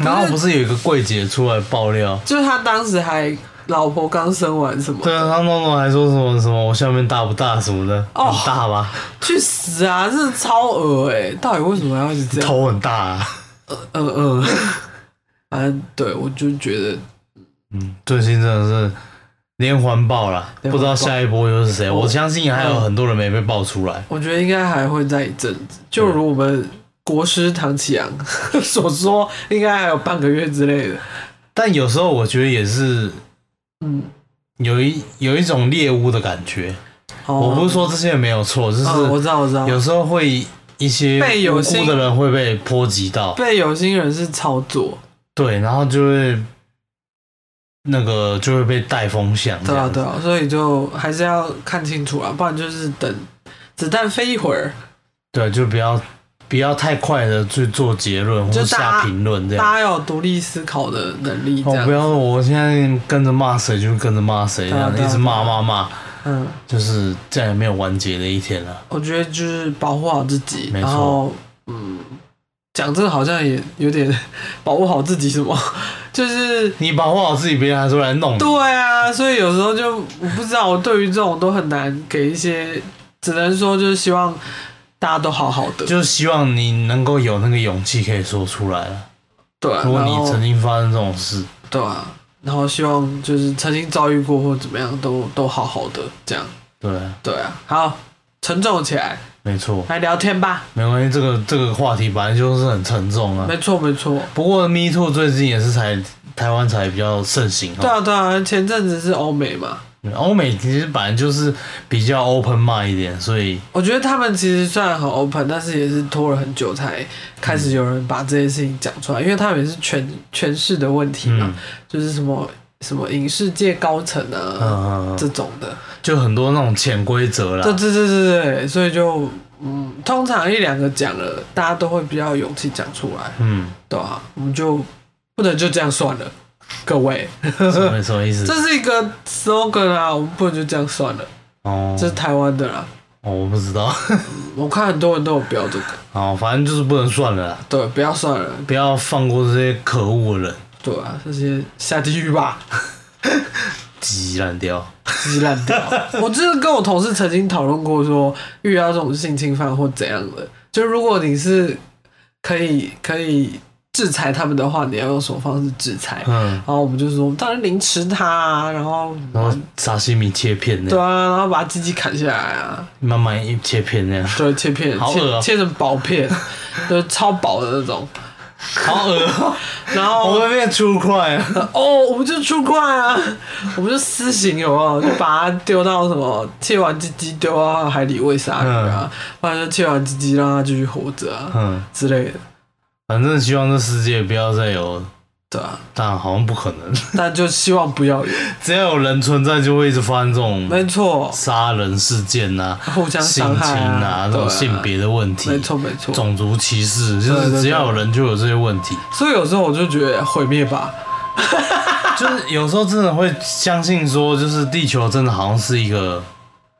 [SPEAKER 1] 然后不是有一个柜姐出来爆料，
[SPEAKER 2] 就是他当时还老婆刚生完什么，
[SPEAKER 1] 对啊，然后 NONO 还说什么什么我下面大不大什么的，
[SPEAKER 2] 哦
[SPEAKER 1] 很大吧，
[SPEAKER 2] 去死啊！真的超恶哎、到底为什么要一直这样？
[SPEAKER 1] 头很大啊。
[SPEAKER 2] 嗯嗯， 反正对我就觉得
[SPEAKER 1] 嗯，最近真的是连环爆了，
[SPEAKER 2] 连环爆
[SPEAKER 1] 不知道下一波又是谁。我相信还有
[SPEAKER 2] 嗯
[SPEAKER 1] 很多人没被爆出来。
[SPEAKER 2] 我觉得应该还会再一阵子，就如我们国师唐启阳 所说，应该还有半个月之类的。
[SPEAKER 1] 但有时候我觉得也是
[SPEAKER 2] 嗯，
[SPEAKER 1] 有一有一种猎巫的感觉。
[SPEAKER 2] 哦
[SPEAKER 1] 我不是，说这些人没有错，就
[SPEAKER 2] 嗯，我
[SPEAKER 1] 是
[SPEAKER 2] 知道，我知道，
[SPEAKER 1] 有时候会一些
[SPEAKER 2] 被有
[SPEAKER 1] 无
[SPEAKER 2] 心
[SPEAKER 1] 辜的人会被波及到，
[SPEAKER 2] 被有心人士操作，
[SPEAKER 1] 对，然后就会那个就会被带风向这
[SPEAKER 2] 对啊，
[SPEAKER 1] 样。
[SPEAKER 2] 对啊，所以就还是要看清楚啊，不然就是等子弹飞一会儿，啊
[SPEAKER 1] 对，就不要不要太快的去做结论或
[SPEAKER 2] 就
[SPEAKER 1] 者
[SPEAKER 2] 大家
[SPEAKER 1] 下评论这样。
[SPEAKER 2] 大家要有独立思考的能力，这
[SPEAKER 1] 啊哦，
[SPEAKER 2] 样
[SPEAKER 1] 不，要！我现在跟着骂谁就跟着骂谁，这
[SPEAKER 2] 对啊
[SPEAKER 1] 样
[SPEAKER 2] 对啊
[SPEAKER 1] 一直骂骂骂，
[SPEAKER 2] 嗯，
[SPEAKER 1] 就是再也没有完结的一天了。
[SPEAKER 2] 我觉得就是保护好自己，
[SPEAKER 1] 没
[SPEAKER 2] 然
[SPEAKER 1] 错
[SPEAKER 2] 后嗯，讲这个好像也有点保护好自己什么， 就是
[SPEAKER 1] 你保护好自己，别人还说来弄你。
[SPEAKER 2] 对啊，所以有时候就我不知道，我对于这种都很难给一些，只能说就是希望大家都好好的。
[SPEAKER 1] 就是希望你能够有那个勇气可以说出来了。
[SPEAKER 2] 对啊、
[SPEAKER 1] 如果
[SPEAKER 2] 然
[SPEAKER 1] 你
[SPEAKER 2] 后
[SPEAKER 1] 曾经发生这种事，
[SPEAKER 2] 对啊，然后希望就是曾经遭遇过或怎么样都都好好的这样。
[SPEAKER 1] 对，
[SPEAKER 2] 对啊，好，沉重起来
[SPEAKER 1] 没错，
[SPEAKER 2] 来聊天吧。
[SPEAKER 1] 没关系，这个这个话题本来就是很沉重啊。
[SPEAKER 2] 没错没错，
[SPEAKER 1] 不过 Me Too 最近也是才台湾才比较盛行
[SPEAKER 2] 对
[SPEAKER 1] 哦。
[SPEAKER 2] 啊对啊，前阵子是欧美嘛，
[SPEAKER 1] 欧美其实本来就是比较 open mind 一点，所以
[SPEAKER 2] 我觉得他们其实虽然很 open，但是也是拖了很久才开始有人把这些事情讲出来，因为他们也是权权势的问题嘛，
[SPEAKER 1] 嗯
[SPEAKER 2] 就是什么什么影视界高层啊、
[SPEAKER 1] 嗯嗯，啊
[SPEAKER 2] 这
[SPEAKER 1] 嗯
[SPEAKER 2] 种的，
[SPEAKER 1] 就很多那种潜规则啦。
[SPEAKER 2] 对对对对对，所以就嗯，通常一两个讲了，大家都会比较有勇气讲出来，
[SPEAKER 1] 嗯，
[SPEAKER 2] 对啊，我们就不能就这样算了，各 位，
[SPEAKER 1] 什么什么意思？
[SPEAKER 2] 这是一个 slogan 啊，我们不能就这样算了，
[SPEAKER 1] 哦，
[SPEAKER 2] 这是台湾的啦。
[SPEAKER 1] 哦我不知道，
[SPEAKER 2] 我看很多人都有标这个，
[SPEAKER 1] 哦，反正就是不能算了啦，
[SPEAKER 2] 对，不要算了，
[SPEAKER 1] 不要放过这些可恶的人，
[SPEAKER 2] 对啊，这些下地狱吧，
[SPEAKER 1] 鸡烂掉。
[SPEAKER 2] 自己烂掉。 我就是跟我同事曾经讨论过说遇到这种性侵犯或怎样的，就如果你是可以可以制裁他们的话，你要用什么方式制裁？
[SPEAKER 1] 嗯，
[SPEAKER 2] 然后我们就说，当然凌迟他、啊，然后
[SPEAKER 1] 然后沙西米切片那
[SPEAKER 2] 对
[SPEAKER 1] 样，
[SPEAKER 2] 啊，然后把鸡鸡砍下来啊，
[SPEAKER 1] 慢慢一切片那样，
[SPEAKER 2] 对，切片，
[SPEAKER 1] 好恶
[SPEAKER 2] 切
[SPEAKER 1] 哦
[SPEAKER 2] 切成薄片， 就是超薄的那种。
[SPEAKER 1] 好恶哦、
[SPEAKER 2] 然
[SPEAKER 1] 我
[SPEAKER 2] 后
[SPEAKER 1] 们变粗快啊！
[SPEAKER 2] 哦，我们就出块啊， 我们就私刑有没有？就把它丢到什么切完鸡鸡丢到海里喂鲨鱼啊，不然就切完鸡鸡让它继续活着啊
[SPEAKER 1] 嗯，
[SPEAKER 2] 之类的，
[SPEAKER 1] 反正希望这世界不要再有，
[SPEAKER 2] 对啊，
[SPEAKER 1] 但好像不可能，
[SPEAKER 2] 但就希望不要有，
[SPEAKER 1] 只要有人存在，就会一直发生这种
[SPEAKER 2] 没错，
[SPEAKER 1] 杀人事件呐、
[SPEAKER 2] 互相
[SPEAKER 1] 性
[SPEAKER 2] 伤
[SPEAKER 1] 侵
[SPEAKER 2] 害
[SPEAKER 1] 啊、
[SPEAKER 2] 啊，
[SPEAKER 1] 这
[SPEAKER 2] 对
[SPEAKER 1] 种
[SPEAKER 2] 啊
[SPEAKER 1] 性别的问题、
[SPEAKER 2] 没错没错。
[SPEAKER 1] 种族歧视，就
[SPEAKER 2] 对对
[SPEAKER 1] 是
[SPEAKER 2] 对
[SPEAKER 1] 只要有人就有这些问 题。
[SPEAKER 2] 所以有时候我就觉得毁灭吧，
[SPEAKER 1] 就是有时候真的会相信说，就是地球真的好像是一个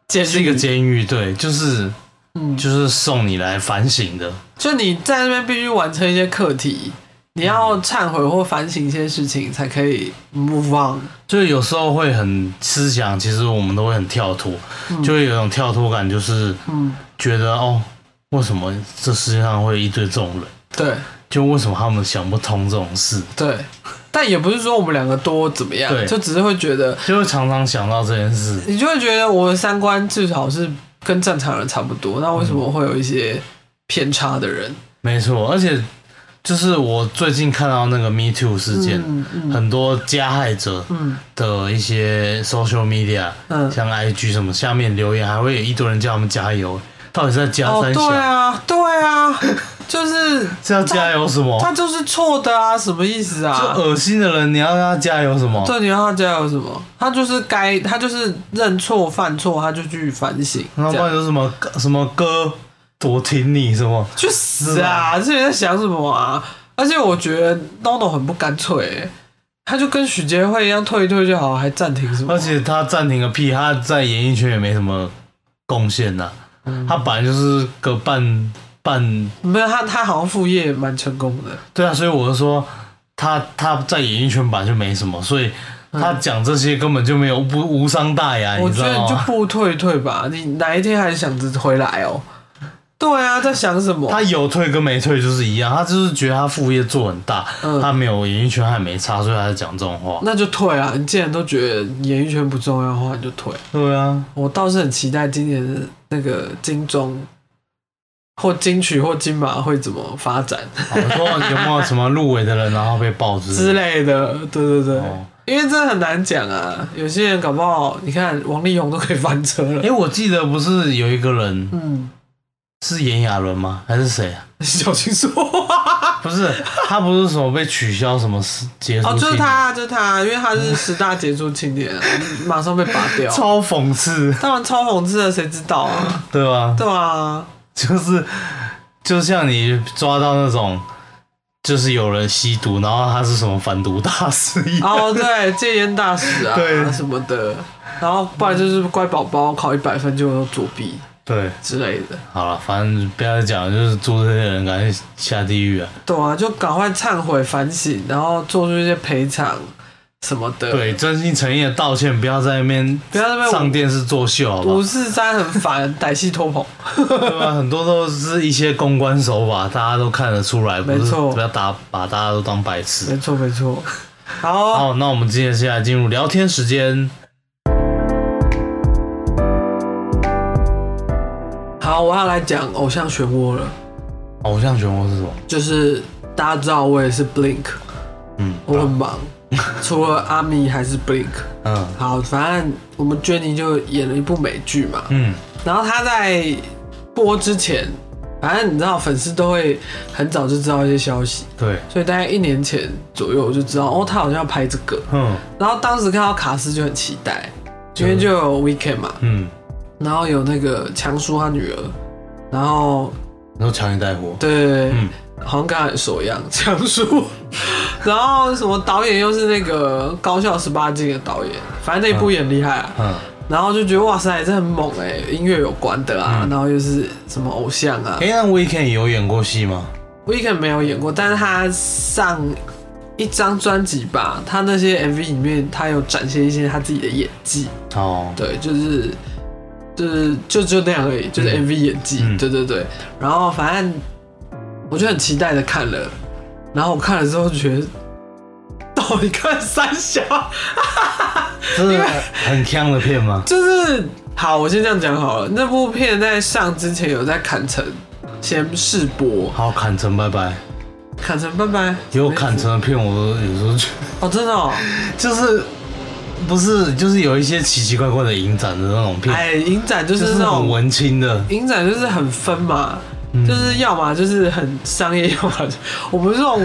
[SPEAKER 2] 监
[SPEAKER 1] 是一个
[SPEAKER 2] 狱
[SPEAKER 1] 监狱，对，就是
[SPEAKER 2] 嗯
[SPEAKER 1] 就是送你来反省的。
[SPEAKER 2] 就你在那边必须完成一些课题，你要忏悔或反省一些事情，才可以 move on。
[SPEAKER 1] 就是有时候会很思想，其实我们都会很跳脱，就会有一种跳脱感，就是
[SPEAKER 2] 嗯，
[SPEAKER 1] 觉得哦，为什么这世界上会一堆这种人？
[SPEAKER 2] 对
[SPEAKER 1] 就为什么他们想不通这种事？
[SPEAKER 2] 对，但也不是说我们两个多怎么样
[SPEAKER 1] 对，
[SPEAKER 2] 就只是会觉得，
[SPEAKER 1] 就会常常想到这件事。
[SPEAKER 2] 你就会觉得我的三观至少是跟正常人差不多，那为什么会有一些偏差的人？
[SPEAKER 1] 没错，而且就是我最近看到那个 Me Too 事件，
[SPEAKER 2] 嗯嗯
[SPEAKER 1] 很多加害者
[SPEAKER 2] 嗯
[SPEAKER 1] 的一些 social media，、
[SPEAKER 2] 嗯，
[SPEAKER 1] 像 IG 什么下面留言，还会有一堆人叫他们加油，到底是在加
[SPEAKER 2] 哦，
[SPEAKER 1] 嗯三小？
[SPEAKER 2] 对啊，对 啊，就是
[SPEAKER 1] 是要加油什么？
[SPEAKER 2] 他就是错的啊，什么意思啊？
[SPEAKER 1] 就恶心的人，你要让他加油什么？
[SPEAKER 2] 这你要他加油什么？他就是该，他就是认错犯错，他就去反省。
[SPEAKER 1] 然后
[SPEAKER 2] 这
[SPEAKER 1] 不
[SPEAKER 2] 样
[SPEAKER 1] 然就什么歌什么歌，我挺你什么？
[SPEAKER 2] 去死啊！这你在想什么啊？而且我觉得 NONO 很不干脆、欸，他就跟许杰辉一样退一退就好，还暂停什么？
[SPEAKER 1] 而且他暂停个屁，他在演艺圈也没什么贡献呐、
[SPEAKER 2] 嗯
[SPEAKER 1] 他本来就是个半半，
[SPEAKER 2] 没有他，他好像副业蛮成功的。
[SPEAKER 1] 对啊，所以我就说他他在演艺圈本来就没什么，所以他讲这些根本就没有不无伤大雅，
[SPEAKER 2] 嗯我
[SPEAKER 1] 你
[SPEAKER 2] 觉
[SPEAKER 1] 知
[SPEAKER 2] 得你
[SPEAKER 1] 道
[SPEAKER 2] 就
[SPEAKER 1] 吗？
[SPEAKER 2] 不退一退吧，你哪一天还想着回来哦？对啊，在想什么？
[SPEAKER 1] 他有退跟没退就是一样，他就是觉得他副业做很大，
[SPEAKER 2] 嗯
[SPEAKER 1] 他没有演艺圈还没差，所以他在讲这种话。
[SPEAKER 2] 那就退啊！你既然都觉得演艺圈不重要的话，你就退。
[SPEAKER 1] 对啊，
[SPEAKER 2] 我倒是很期待今年的那个金钟或金曲或金马会怎么发展
[SPEAKER 1] 我说有没有什么入围的人，然后被爆之类的
[SPEAKER 2] 之类的。对对对，
[SPEAKER 1] 哦
[SPEAKER 2] 因为这很难讲啊。有些人搞不好，你看王力宏都可以翻车了
[SPEAKER 1] 哎、。我记得不是有一个人
[SPEAKER 2] 嗯，
[SPEAKER 1] 是炎亚纶吗？还是谁啊？
[SPEAKER 2] 小心说 话
[SPEAKER 1] 不是，他不是什么被取消什么事结束？
[SPEAKER 2] 哦，就 是，他，就是他，因为他是十大杰出青年啊，马上被拔掉。啊
[SPEAKER 1] 超讽刺，
[SPEAKER 2] 当然超红字的，谁知道啊？
[SPEAKER 1] 对吧？
[SPEAKER 2] 对啊，
[SPEAKER 1] 就是就像你抓到那种，就是有人吸毒，然后他是什么反毒大师一样，
[SPEAKER 2] 哦，对，戒烟大使啊，
[SPEAKER 1] 对
[SPEAKER 2] 什么的，然后不然就是乖宝宝考一百分就作弊
[SPEAKER 1] 对，
[SPEAKER 2] 之类的。
[SPEAKER 1] 好了，反正不要再讲了，就是做这些人赶紧下地狱啊！
[SPEAKER 2] 对啊，就赶快忏悔反省，然后做出一些赔偿什么的。，
[SPEAKER 1] 对，真心诚意的道歉，不要在那边
[SPEAKER 2] 不要在那边
[SPEAKER 1] 上电视作秀，好不好？
[SPEAKER 2] 五四三很烦， 歹戏拖棚。
[SPEAKER 1] 对吧？很多都是一些公关手法，大家都看得出来，不
[SPEAKER 2] 没
[SPEAKER 1] 是
[SPEAKER 2] 错
[SPEAKER 1] 不要打把大家都当白痴
[SPEAKER 2] 没。错没错。好，
[SPEAKER 1] 好，那我们接下来进入聊天时间。
[SPEAKER 2] 好，我要来讲偶像漩涡了，
[SPEAKER 1] 偶像漩涡是什么？
[SPEAKER 2] 就是大家知道我也是 Blink，
[SPEAKER 1] 嗯
[SPEAKER 2] 我很忙，除了阿米还是 Blink。
[SPEAKER 1] 嗯
[SPEAKER 2] 好，反正我们娟妮就演了一部美剧嘛，
[SPEAKER 1] 嗯，
[SPEAKER 2] 然后她在播之前，反正你知道粉丝都会很早就知道一些消息，
[SPEAKER 1] 对，
[SPEAKER 2] 所以大概一年前左右我就知道哦，她好像要拍这个。
[SPEAKER 1] 嗯
[SPEAKER 2] 然后当时看到卡斯就很期待，因为就有 Weekend 嘛，
[SPEAKER 1] 嗯
[SPEAKER 2] 然后有那个强叔他女儿，然后
[SPEAKER 1] 然后强尼戴夫，
[SPEAKER 2] 对，
[SPEAKER 1] 嗯
[SPEAKER 2] 好像刚才说一样，讲述。 然后什么导演又是那个高校十八禁的导演，反正那部也很厉害啊。
[SPEAKER 1] 嗯，
[SPEAKER 2] 然后就觉得哇塞，这很猛哎、音乐有关的啊，
[SPEAKER 1] 嗯
[SPEAKER 2] 然后又是什么偶像啊。
[SPEAKER 1] 哎，那 Weekend 有演过戏吗？
[SPEAKER 2] Weekend 没有演过，但是他上一张专辑吧，他那些 MV 里面他有展现一些他自己的演技，
[SPEAKER 1] 哦，
[SPEAKER 2] 对，就是就是就就那样而已，就是
[SPEAKER 1] 嗯
[SPEAKER 2] MV 演技，
[SPEAKER 1] 嗯
[SPEAKER 2] 对对对。然后反正我就很期待的看了，然后我看了之后觉得。到底看三小，
[SPEAKER 1] 这是很强的片吗？
[SPEAKER 2] 就是好，我先这样讲好了。那部片在上之前有在砍成，先试播，
[SPEAKER 1] 好，砍成拜拜。
[SPEAKER 2] 砍成拜拜，
[SPEAKER 1] 有砍成的片，我都有时候觉得
[SPEAKER 2] 哦，真的哦，
[SPEAKER 1] 就是不是就是有一些奇奇怪怪的影展的那种片，
[SPEAKER 2] 哎，影展就
[SPEAKER 1] 就是是
[SPEAKER 2] 那
[SPEAKER 1] 很
[SPEAKER 2] 种
[SPEAKER 1] 文青的。
[SPEAKER 2] 影展就是很分嘛，
[SPEAKER 1] 嗯
[SPEAKER 2] 就是要么就是很商业， 要么就我们这种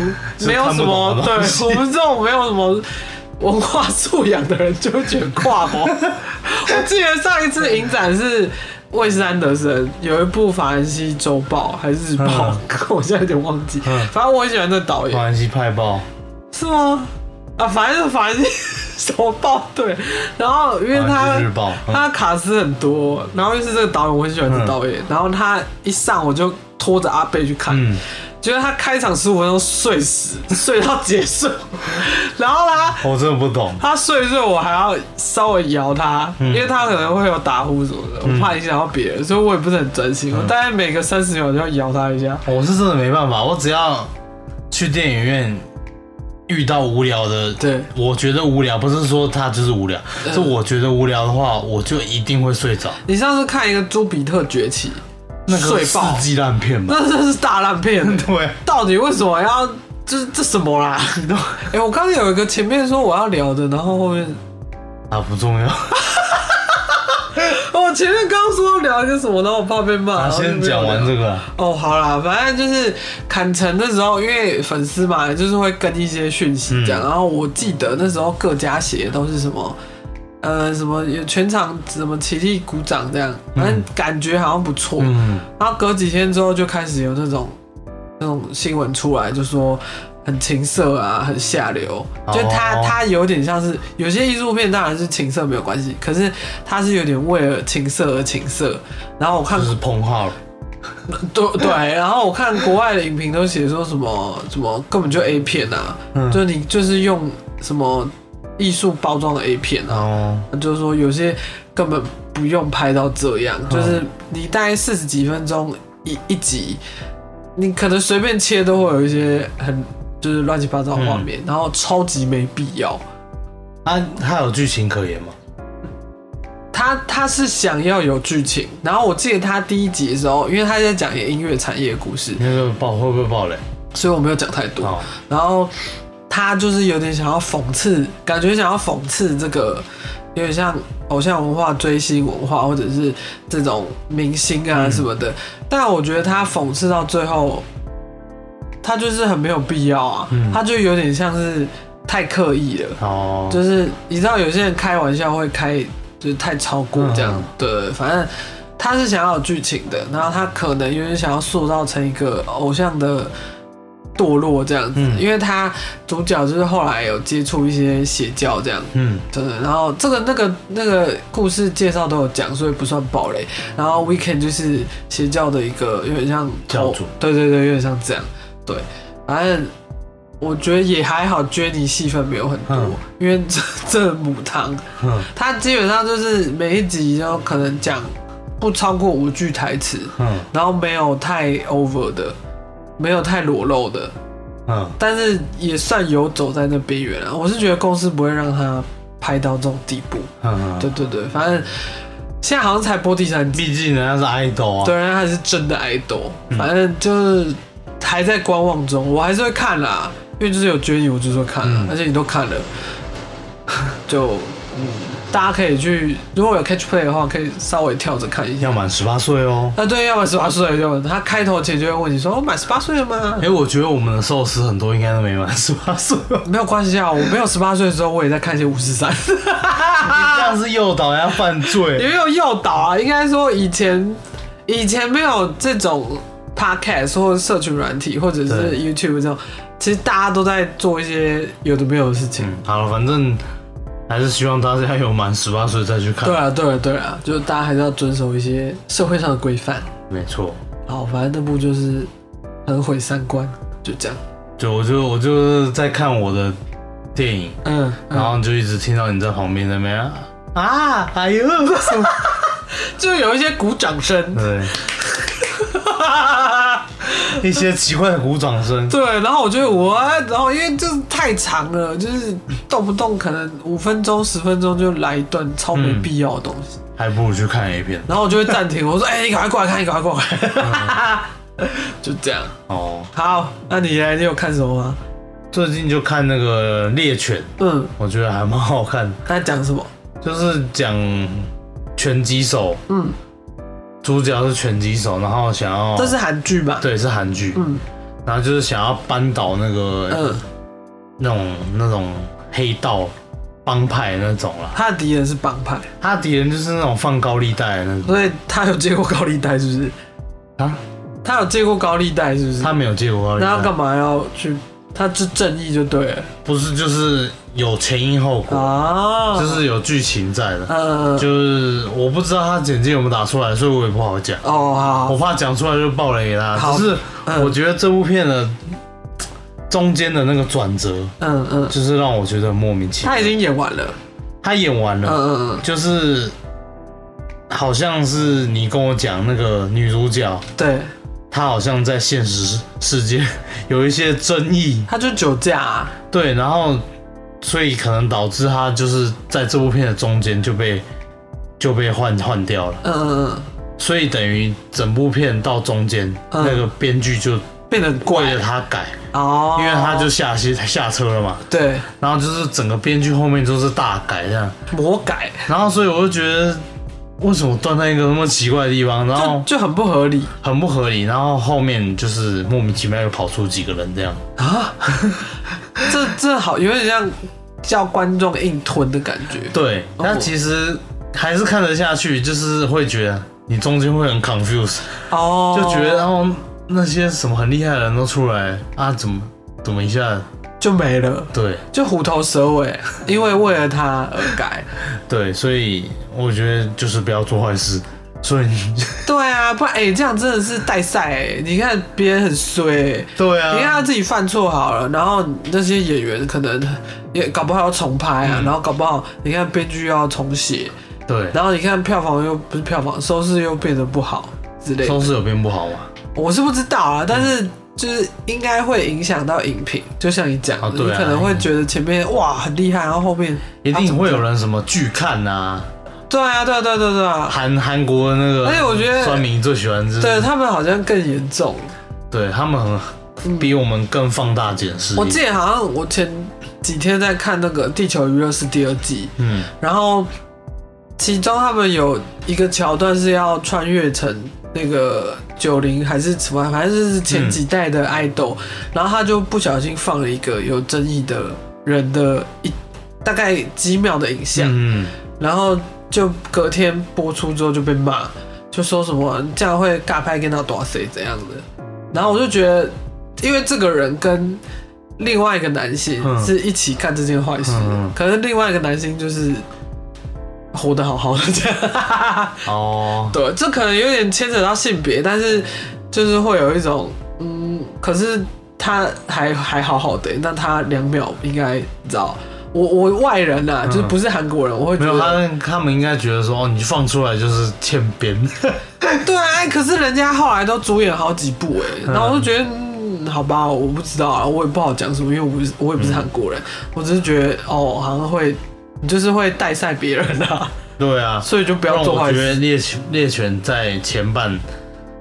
[SPEAKER 2] 没有
[SPEAKER 1] 就
[SPEAKER 2] 什么
[SPEAKER 1] 看不懂的，
[SPEAKER 2] 对
[SPEAKER 1] 东西
[SPEAKER 2] 我们这种没有什么文化素养的人就会觉得 跨博。我记得上一次影展是。魏斯安德森有一部《法兰西周报》还是日报
[SPEAKER 1] 嗯，
[SPEAKER 2] 我现在有点忘记。
[SPEAKER 1] 嗯
[SPEAKER 2] 反正我很喜欢这导演
[SPEAKER 1] 法，兰西派报，
[SPEAKER 2] 是吗？啊，反正反正 手报对，然后因为
[SPEAKER 1] 法
[SPEAKER 2] 他
[SPEAKER 1] 兰西日报嗯
[SPEAKER 2] 他卡斯很多，然后又是这个导演，我很喜欢这导演，然后他一上我就拖着阿贝去看，
[SPEAKER 1] 嗯，
[SPEAKER 2] 觉得他开场十五分钟睡死， 睡到结束， 然后他
[SPEAKER 1] 我真的不懂。
[SPEAKER 2] 他睡一睡我还要稍微摇他，
[SPEAKER 1] 嗯
[SPEAKER 2] 因为他可能会有打呼什么的，我怕影响到别人，所以我也不是很专
[SPEAKER 1] 嗯
[SPEAKER 2] 心，我大概每个三十秒就要摇他一下。
[SPEAKER 1] 我是真的没办法，我只要去电影院遇到无聊的，
[SPEAKER 2] 对
[SPEAKER 1] 我觉得无聊，不是说他就是无聊，是我觉得无聊的话，我就一定会睡着。
[SPEAKER 2] 你上次看一个《朱比特崛起》，
[SPEAKER 1] 那个
[SPEAKER 2] 睡
[SPEAKER 1] 是
[SPEAKER 2] 爆。
[SPEAKER 1] 鸡烂片 吧？
[SPEAKER 2] 那真是大烂片、欸
[SPEAKER 1] 对，
[SPEAKER 2] 到底为什么要这这什么啦？ 哎、我刚刚有一个前面说我要聊的，然后后面
[SPEAKER 1] 啊，不重要。
[SPEAKER 2] 哦我前面刚刚说聊一个什么，然后我怕被骂。
[SPEAKER 1] 啊，
[SPEAKER 2] 然后就
[SPEAKER 1] 先
[SPEAKER 2] 没有
[SPEAKER 1] 讲完
[SPEAKER 2] 聊
[SPEAKER 1] 这个，
[SPEAKER 2] 哦，好啦，反正就是砍成的时候，因为粉丝嘛，就是会跟一些讯息这样。
[SPEAKER 1] 嗯
[SPEAKER 2] 然后我记得那时候各家写的都是什么，呃，什么有全场什么起立鼓掌这样，反正感觉好像不错。
[SPEAKER 1] 嗯，
[SPEAKER 2] 然后隔几天之后就开始有那种那种新闻出来，就说很情色啊，很下流。
[SPEAKER 1] 哦
[SPEAKER 2] 就他他有点像是有些艺术片当然是情色没有关系，可是他是有点为了情色而情色。然后 我看
[SPEAKER 1] 就是碰号了，
[SPEAKER 2] 对对，然后我看国外的影评都写说什么什么根本就 A 片啊，
[SPEAKER 1] 嗯
[SPEAKER 2] 就是你就是用什么艺术包装的 A 片啊
[SPEAKER 1] 然，后
[SPEAKER 2] 就是说有些根本不用拍到这样，就是你大概四十几分钟一一集，你可能随便切都会有一些很就是乱七八糟的画面，然后超级没必要。
[SPEAKER 1] 啊，它有剧情可言吗？
[SPEAKER 2] 他他是想要有剧情，然后我记得他第一集的时候，因为他在讲一个音乐产业的故事，
[SPEAKER 1] 那个爆会不会爆雷？
[SPEAKER 2] 所以我没有讲太多。
[SPEAKER 1] 哦，
[SPEAKER 2] 然后他就是有点想要讽刺，感觉想要讽刺这个，有点像偶像文化、追星文化，或者是这种明星啊什么的。但我觉得他讽刺到最后，他就是很没有必要啊，
[SPEAKER 1] 嗯
[SPEAKER 2] 他就有点像是太刻意了。
[SPEAKER 1] 哦，
[SPEAKER 2] 就是你知道有些人开玩笑会开，就是太超过这样
[SPEAKER 1] 嗯，
[SPEAKER 2] 对，反正他是想要有剧情的，然后他可能有点想要塑造成一个偶像的堕落这样子，
[SPEAKER 1] 嗯
[SPEAKER 2] 因为他主角就是后来有接触一些邪教这样。
[SPEAKER 1] 嗯，
[SPEAKER 2] 真的，然后这个那个那个故事介绍都有讲，所以不算暴雷。然后 Weekend 就是邪教的一个有点像
[SPEAKER 1] 教主
[SPEAKER 2] 哦对对对，有点像这样。对，反正我觉得也还好，Jenny 戏份没有很多，
[SPEAKER 1] 嗯
[SPEAKER 2] 因为这这母汤，
[SPEAKER 1] 嗯
[SPEAKER 2] 他基本上就是每一集就可能讲不超过五句台词，
[SPEAKER 1] 嗯
[SPEAKER 2] 然后没有太 over 的，没有太裸露的，
[SPEAKER 1] 嗯，
[SPEAKER 2] 但是也算游走在那边缘啊了。我是觉得公司不会让他拍到这种地步。
[SPEAKER 1] 嗯
[SPEAKER 2] 对
[SPEAKER 1] 嗯，
[SPEAKER 2] 对对，反正现在好像才播第三季，
[SPEAKER 1] 毕竟人家是 idol 啊，
[SPEAKER 2] 对，人家还是真的爱豆，
[SPEAKER 1] 嗯
[SPEAKER 2] 反正就是还在观望中，我还是会看啦，因为就是有追你，我就是会看啦，
[SPEAKER 1] 嗯
[SPEAKER 2] 而且你都看了， 就嗯，大家可以去，如果有 catch play 的话，可以稍微跳着看一下
[SPEAKER 1] 要。满十八岁哦。
[SPEAKER 2] 啊，对，要满十八岁，要满他开头前就会问你说：“哦，满十八岁了吗
[SPEAKER 1] 哎、我觉得我们的寿司很多应该都没满十八岁，？”
[SPEAKER 2] 没有关系啊，我没有十八岁的时候，我也在看一些五十三。
[SPEAKER 1] 这样是诱导人家犯
[SPEAKER 2] 也
[SPEAKER 1] 罪。
[SPEAKER 2] 没有诱导啊，应该说以前以前没有这种 podcast 或者社群软体或者是
[SPEAKER 1] 对
[SPEAKER 2] YouTube 这种，其实大家都在做一些有的没有的事情。
[SPEAKER 1] 嗯好了，反正还是希望大家有满十八岁再去看。
[SPEAKER 2] 对，啊，对啊，对啊，就是大家还是要遵守一些社会上的规范。
[SPEAKER 1] 没错。
[SPEAKER 2] 好，反正那部就是很毁三观，就这样。
[SPEAKER 1] 就我就我就是在看我的电影，
[SPEAKER 2] 嗯，
[SPEAKER 1] 然后就一直听到你在旁边那边啊啊，哎呦，
[SPEAKER 2] 就有一些鼓 掌声，
[SPEAKER 1] 对，一些奇怪的鼓掌声。
[SPEAKER 2] 对，然后我就我，然后因为这太长了，就是动不动可能五分钟、十分钟就来一段超没必要的东西，
[SPEAKER 1] 还不如去看 A 片
[SPEAKER 2] 然后我就会暂停，我说：“哎、你赶快过来看，你赶快过来。
[SPEAKER 1] 嗯
[SPEAKER 2] 就这样。
[SPEAKER 1] 哦。
[SPEAKER 2] 好，那你呢？你有看什么吗？
[SPEAKER 1] 最近就看那个《猎犬》，
[SPEAKER 2] 嗯，
[SPEAKER 1] 我觉得还蛮好看的，
[SPEAKER 2] 他讲什么？
[SPEAKER 1] 哦就是讲拳击手，
[SPEAKER 2] 嗯，
[SPEAKER 1] 主角是拳击手，然后想要
[SPEAKER 2] 这是韩剧吧？，
[SPEAKER 1] 对是韩剧，
[SPEAKER 2] 嗯
[SPEAKER 1] 然后就是想要扳倒那个、
[SPEAKER 2] 嗯，
[SPEAKER 1] 那种那种黑道帮派那种啦。
[SPEAKER 2] 他的敌人是帮派，
[SPEAKER 1] 他敌人就是那种放高利贷的那种
[SPEAKER 2] 所以他有借过高利贷，是不是？呃
[SPEAKER 1] 啊，
[SPEAKER 2] 他有借过高利贷，是不是？
[SPEAKER 1] 他没有借过高利
[SPEAKER 2] 那他干
[SPEAKER 1] 贷，
[SPEAKER 2] 嘛要去？他是正义就对了
[SPEAKER 1] 不是就是有前因后果，
[SPEAKER 2] 啊，
[SPEAKER 1] 就是有剧情在的。
[SPEAKER 2] 嗯，
[SPEAKER 1] 就是我不知道他简介有没有打出来，所以我也不好讲，
[SPEAKER 2] 哦，好
[SPEAKER 1] 我，怕讲出来就爆雷给他。
[SPEAKER 2] 好
[SPEAKER 1] 只是
[SPEAKER 2] 嗯
[SPEAKER 1] 我觉得这部片的中间的那个转折，
[SPEAKER 2] 嗯嗯，
[SPEAKER 1] 就是让我觉得很莫名其妙。
[SPEAKER 2] 他已经演完了，
[SPEAKER 1] 他演完
[SPEAKER 2] 嗯
[SPEAKER 1] 了，
[SPEAKER 2] 嗯
[SPEAKER 1] 就是好像是你跟我讲那个女主角，
[SPEAKER 2] 嗯，对，
[SPEAKER 1] 她好像在现实世界有一些争议，
[SPEAKER 2] 他就酒驾、啊，
[SPEAKER 1] 对，然后所以可能导致她就是在这部片的中间就被就被换换掉了，
[SPEAKER 2] 嗯嗯
[SPEAKER 1] 所以等于整部片到中间、
[SPEAKER 2] 嗯
[SPEAKER 1] 那个编剧就
[SPEAKER 2] 嗯，变得很怪
[SPEAKER 1] 为了她改，
[SPEAKER 2] 哦，
[SPEAKER 1] 因为她就下西下车了嘛，
[SPEAKER 2] 对
[SPEAKER 1] 然后就是整个编剧后面就是大改这样，
[SPEAKER 2] 魔改，
[SPEAKER 1] 然后所以我就觉得。为什么断在一个那么奇怪的地方？然后
[SPEAKER 2] 就就很不合理
[SPEAKER 1] 很不合理，然后后面就是莫名其妙又跑出几个人这样，
[SPEAKER 2] 啊， 这这好有点像叫观众硬吞的感觉，
[SPEAKER 1] 对，
[SPEAKER 2] 哦
[SPEAKER 1] 但其实还是看得下去，就是会觉得你中间会很 confused，
[SPEAKER 2] 哦，
[SPEAKER 1] 就觉得然后那些什么很厉害的人都出来啊，怎么怎么一下，
[SPEAKER 2] 就没了，
[SPEAKER 1] 对
[SPEAKER 2] 就虎头蛇尾，因为为了他而改，
[SPEAKER 1] 对，所以我觉得就是不要做坏事，所以你
[SPEAKER 2] 对啊，不然哎、这样真的是带赛、哎你看别人很衰、哎
[SPEAKER 1] 对
[SPEAKER 2] 你看
[SPEAKER 1] 啊
[SPEAKER 2] 他，自己犯错好了，然后那些演员可能也搞不好要重拍
[SPEAKER 1] 嗯
[SPEAKER 2] 啊，然后搞不好你看编剧又要重写，
[SPEAKER 1] 对，
[SPEAKER 2] 然后你看票房又不是票房，收视又变得不好之类的
[SPEAKER 1] 收视有变不好嘛？
[SPEAKER 2] 我是不知道啊，但是就是应该会影响到影评，就像你讲的，
[SPEAKER 1] 哦对啊
[SPEAKER 2] 你可能会觉得前面哇很厉害，然后后面
[SPEAKER 1] 一定会有人什么剧看呐、
[SPEAKER 2] 对啊对啊对啊对啊对啊，
[SPEAKER 1] 韩韩国的那个，
[SPEAKER 2] 而且哎我觉得
[SPEAKER 1] 酸民最喜欢这，
[SPEAKER 2] 对他们好像更严重。
[SPEAKER 1] 对他们很比我们更放大检视。
[SPEAKER 2] 嗯我记得好像我前几天在看那个《地球娱乐是第二季，
[SPEAKER 1] 嗯，
[SPEAKER 2] 然后其中他们有一个桥段是要穿越成那个九零还是什么，反正就是前几代的爱豆，然后他就不小心放了一个有争议的人的一大概几秒的影像，
[SPEAKER 1] 嗯，
[SPEAKER 2] 然后就隔天播出之后就被骂，就说什么这样会尬拍跟到多谁怎样的，然后我就觉得，因为这个人跟另外一个男星
[SPEAKER 1] 嗯
[SPEAKER 2] 是一起干这件坏事的，
[SPEAKER 1] 嗯嗯
[SPEAKER 2] 可是另外一个男星就是活得好好的这
[SPEAKER 1] 嗯
[SPEAKER 2] 样，
[SPEAKER 1] 哦，
[SPEAKER 2] 对，这可能有点牵扯到性别，但是就是会有一种，嗯，可是他还还好好的，那他两秒应该你知道。我我外人呐、啊，就是不是韩国人，我会觉
[SPEAKER 1] 嗯没
[SPEAKER 2] 得
[SPEAKER 1] 有，他他们应该觉得说，哦，你放出来就是欠扁，
[SPEAKER 2] 对啊，哎可是人家后来都主演好几部哎、然后我就觉得，嗯，好吧，我不知道啊，我也不好讲什么，因为我不是我也不是韩国人，我只是觉得哦，好像会你就是会带赛别人啊，
[SPEAKER 1] 对啊，
[SPEAKER 2] 所以就不
[SPEAKER 1] 不
[SPEAKER 2] 要做
[SPEAKER 1] 我
[SPEAKER 2] 坏
[SPEAKER 1] 觉得
[SPEAKER 2] 事。
[SPEAKER 1] 猎犬猎犬在前半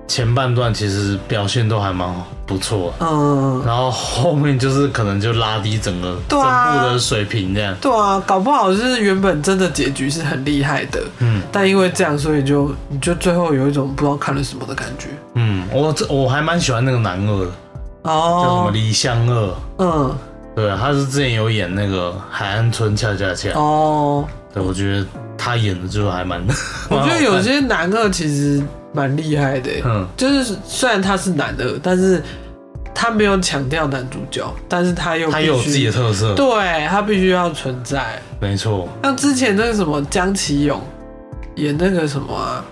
[SPEAKER 1] 前半段其实表现都还蛮好不错，
[SPEAKER 2] 嗯，
[SPEAKER 1] 然后后面就是可能就拉低整个
[SPEAKER 2] 对啊
[SPEAKER 1] 整部的水平这样，
[SPEAKER 2] 对啊，搞不好就是原本真的结局是很厉害的，
[SPEAKER 1] 嗯
[SPEAKER 2] 但因为这样，所以就你就最后有一种不知道看了什么的感觉。
[SPEAKER 1] 嗯，我这我还蛮喜欢那个男二的，叫什么
[SPEAKER 2] 哦，
[SPEAKER 1] 李湘二，
[SPEAKER 2] 嗯，
[SPEAKER 1] 对，他是之前有演那个《海岸村恰恰恰》，
[SPEAKER 2] 哦，
[SPEAKER 1] 对我觉得他演的就还蛮，
[SPEAKER 2] 我觉
[SPEAKER 1] 蛮好
[SPEAKER 2] 得
[SPEAKER 1] 看
[SPEAKER 2] 有些男二其实蛮厉害的、欸
[SPEAKER 1] 嗯
[SPEAKER 2] 就是虽然他是男二，但是他没有强调男主角，但是他又
[SPEAKER 1] 他有
[SPEAKER 2] 必须
[SPEAKER 1] 自己的特色，
[SPEAKER 2] 对他必须要存在。
[SPEAKER 1] 没错，
[SPEAKER 2] 像之前那个什么江启勇演那个什么啊，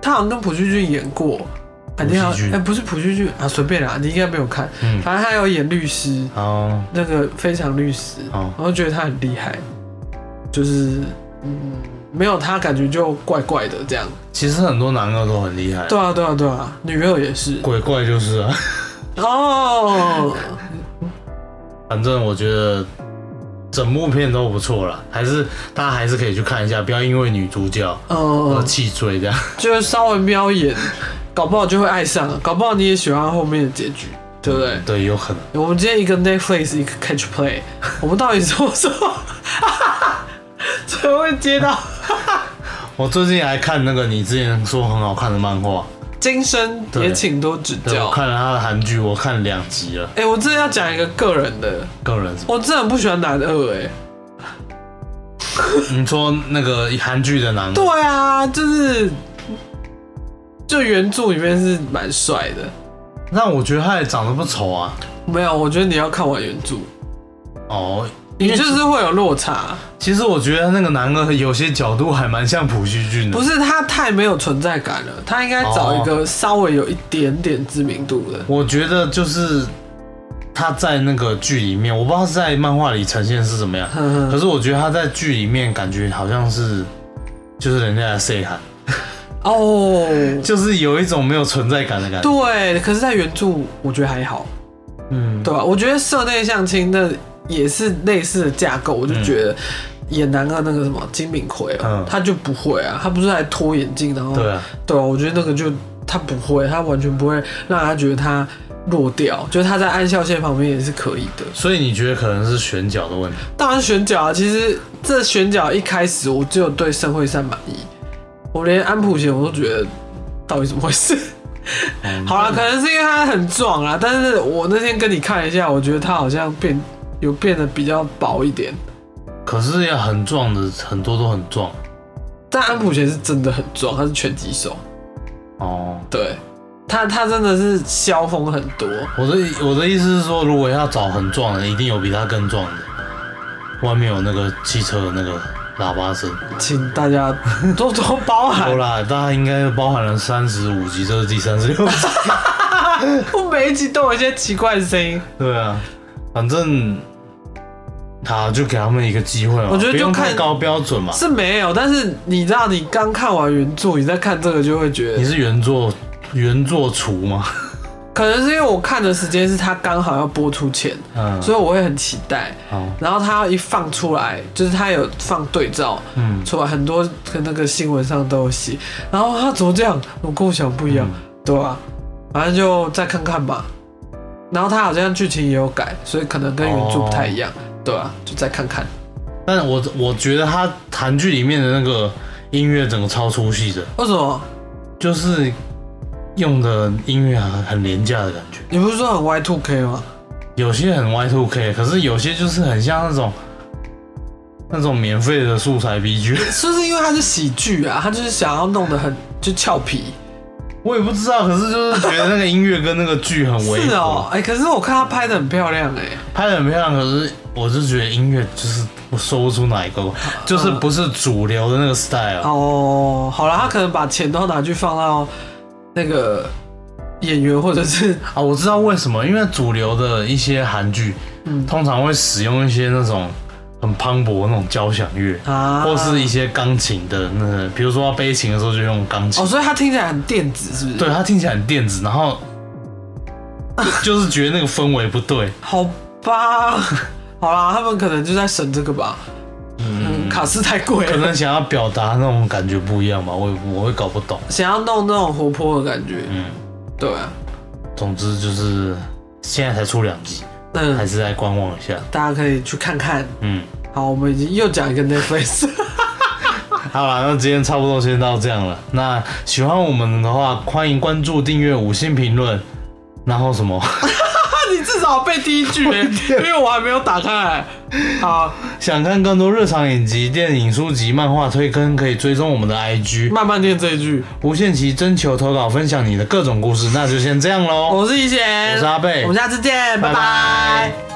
[SPEAKER 2] 他好像跟朴叙俊演过，
[SPEAKER 1] 朴
[SPEAKER 2] 肯定好
[SPEAKER 1] 叙俊
[SPEAKER 2] 哎，不是朴叙俊啊，随便啦，你应该没有看，
[SPEAKER 1] 嗯，
[SPEAKER 2] 反正他有演律师，
[SPEAKER 1] 好
[SPEAKER 2] 那个非常律师，
[SPEAKER 1] 好，
[SPEAKER 2] 然后觉得他很厉害，就是嗯，没有他感觉就怪怪的这样。
[SPEAKER 1] 其实很多男二都很厉害，
[SPEAKER 2] 对啊，对啊，对啊，女二也是
[SPEAKER 1] 鬼怪就是啊，
[SPEAKER 2] 哦，
[SPEAKER 1] 反正我觉得整部片都不错啦，还是大家还是可以去看一下，不要因为女主角而
[SPEAKER 2] 嗯，
[SPEAKER 1] 气追这样。
[SPEAKER 2] 就是稍微瞄一眼，搞不好就会爱上，搞不好你也喜欢后面的结局，对不对？
[SPEAKER 1] 对，有可能。
[SPEAKER 2] 我们今天一个 Netflix，一个 Catch Play，我们到底什么时 候才会接到
[SPEAKER 1] 我最近还看那个你之前说很好看的漫画，
[SPEAKER 2] 今生也请多指
[SPEAKER 1] 对，我
[SPEAKER 2] 教。
[SPEAKER 1] 看了他的韩剧，我看两集了，
[SPEAKER 2] 哎、我真的要讲一个个人的，
[SPEAKER 1] 个人是。
[SPEAKER 2] 我真的很不喜欢男二哎、
[SPEAKER 1] 你说那个韩剧的男，
[SPEAKER 2] 对啊，就是就原著里面是蛮帅的，
[SPEAKER 1] 那我觉得他也长得不丑啊。
[SPEAKER 2] 没有，我觉得你要看完原著，
[SPEAKER 1] 哦，
[SPEAKER 2] 你就是会有落差。
[SPEAKER 1] 其实我觉得那个男二有些角度还蛮像朴叙俊的，
[SPEAKER 2] 不是他太没有存在感了，他应该找一
[SPEAKER 1] 哦
[SPEAKER 2] 个稍微有一点点知名度的。
[SPEAKER 1] 我觉得就是他在那个剧里面，我不知道是在漫画里呈现是怎么样，
[SPEAKER 2] 哼
[SPEAKER 1] 可
[SPEAKER 2] 嗯哼
[SPEAKER 1] 是我觉得他在剧里面感觉好像是，就是人家的 say 喊，
[SPEAKER 2] 哦，
[SPEAKER 1] 就是有一种没有存在感的感觉。
[SPEAKER 2] 对，可是，在原著我觉得还好，
[SPEAKER 1] 嗯，
[SPEAKER 2] 对吧？我觉得社内相亲的也是类似的架构，我就觉得演男二那个什么金敏奎哦
[SPEAKER 1] 嗯，
[SPEAKER 2] 他就不会啊，他不是还脱眼镜，然后
[SPEAKER 1] 对啊，
[SPEAKER 2] 对啊，我觉得那个就他不会，他完全不会让他觉得他弱掉，就是他在安孝燮旁边也是可以的。
[SPEAKER 1] 所以你觉得可能是选角的问题？
[SPEAKER 2] 当然选角啊，其实这选角一开始我只有对盛惠善满意，我连安普贤我都觉得到底怎么回事。
[SPEAKER 1] 嗯
[SPEAKER 2] 好啦，可能是因为他很壮啦，但是我那天跟你看一下，我觉得他好像变有变得比较薄一点，
[SPEAKER 1] 可是也很壮的，很多都很壮
[SPEAKER 2] 但安普贤是真的很壮，他是拳击手，
[SPEAKER 1] 哦。
[SPEAKER 2] 对他他真的是消风很多。
[SPEAKER 1] 我的我的意思是说，如果要找很壮的，一定有比他更壮的。外面有那个汽车的那个喇叭声，
[SPEAKER 2] 请大家 多多包
[SPEAKER 1] 好
[SPEAKER 2] 涵。
[SPEAKER 1] 啦，大家应该包含了三十五集，这是第三十六集。
[SPEAKER 2] 我每一集都有一些奇怪的声音，
[SPEAKER 1] 对啊，反正好就给他们一个机会嘛，
[SPEAKER 2] 我觉得就
[SPEAKER 1] 不用
[SPEAKER 2] 看
[SPEAKER 1] 太高标准嘛。
[SPEAKER 2] 是没有，但是你知道，你刚看完原著，你再看这个就会觉
[SPEAKER 1] 你
[SPEAKER 2] 得，
[SPEAKER 1] 是原作原作厨吗？
[SPEAKER 2] 可能是因为我看的时间是他刚好要播出前，
[SPEAKER 1] 嗯，
[SPEAKER 2] 所以我会很期待。
[SPEAKER 1] 好，
[SPEAKER 2] 然后他一放出来，就是他有放对照
[SPEAKER 1] 嗯，
[SPEAKER 2] 出来，很多跟那个新闻上都有写。然后他怎么这样？我跟我想不一样，对吧、反正就再看看吧。然后他好像剧情也有改，所以可能跟原著不太一样，对吧、就再看看。
[SPEAKER 1] 但我我觉得他韩剧里面的那个音乐整个超出戏的，
[SPEAKER 2] 为什么？
[SPEAKER 1] 就是用的音乐很很廉价的感觉，
[SPEAKER 2] 你不是说很 Y two K 吗？
[SPEAKER 1] 有些很 Y two K，可是有些就是很像那种那种免费的素材 B G。
[SPEAKER 2] 是不是因为它是喜剧啊？他就是想要弄得很就俏皮。
[SPEAKER 1] 我也不知道，可是就是觉得那个音乐跟那个剧很违和。
[SPEAKER 2] 是哦，哎、可是我看他拍的很漂亮哎、
[SPEAKER 1] 拍的很漂亮，可是我是觉得音乐就是我说不出哪一个，就是不是主流的那个 style。
[SPEAKER 2] 嗯哦，好了，他可能把钱都拿去放到那个演员或者是
[SPEAKER 1] 啊，我知道为什么，因为主流的一些韩剧，
[SPEAKER 2] 嗯
[SPEAKER 1] 通常会使用一些那种很磅礴的那种交响乐，
[SPEAKER 2] 啊，
[SPEAKER 1] 或是一些钢琴的那个，比如说要悲情的时候就用钢琴
[SPEAKER 2] 哦，，所以他听起来很电子，是不是？
[SPEAKER 1] 对，，它听起来很电子，然 后就是觉得那个氛围不对。
[SPEAKER 2] 好吧， 好啦，他们可能就在省这个吧。嗯，卡斯太贵
[SPEAKER 1] 可
[SPEAKER 2] 了，
[SPEAKER 1] 能想要表达那种感觉不一样吧，我也我会搞不懂。
[SPEAKER 2] 想要弄那种活泼的感觉。
[SPEAKER 1] 嗯，
[SPEAKER 2] 对啊，
[SPEAKER 1] 总之就是现在才出两集，还
[SPEAKER 2] 嗯，
[SPEAKER 1] 是再观望一下。
[SPEAKER 2] 大家可以去看看。
[SPEAKER 1] 嗯，
[SPEAKER 2] 好，我们已经又讲一个 Netflix。
[SPEAKER 1] 好了，那今天差不多先到这样了。那喜欢我们的话，欢迎关注、订阅、五星评论，然后什么？
[SPEAKER 2] 你至少背第一 句欸、因为我还没有打开来。好，
[SPEAKER 1] 想看更多日常影集、电影、书籍、漫画推坑，可以追踪我们的 IG
[SPEAKER 2] 慢慢念这一句。
[SPEAKER 1] 无限期征求投稿，分享你的各种故事。那就先这样喽，
[SPEAKER 2] 我是一贤，
[SPEAKER 1] 我是阿贝
[SPEAKER 2] 我们下次见，拜
[SPEAKER 1] 拜
[SPEAKER 2] 拜
[SPEAKER 1] 拜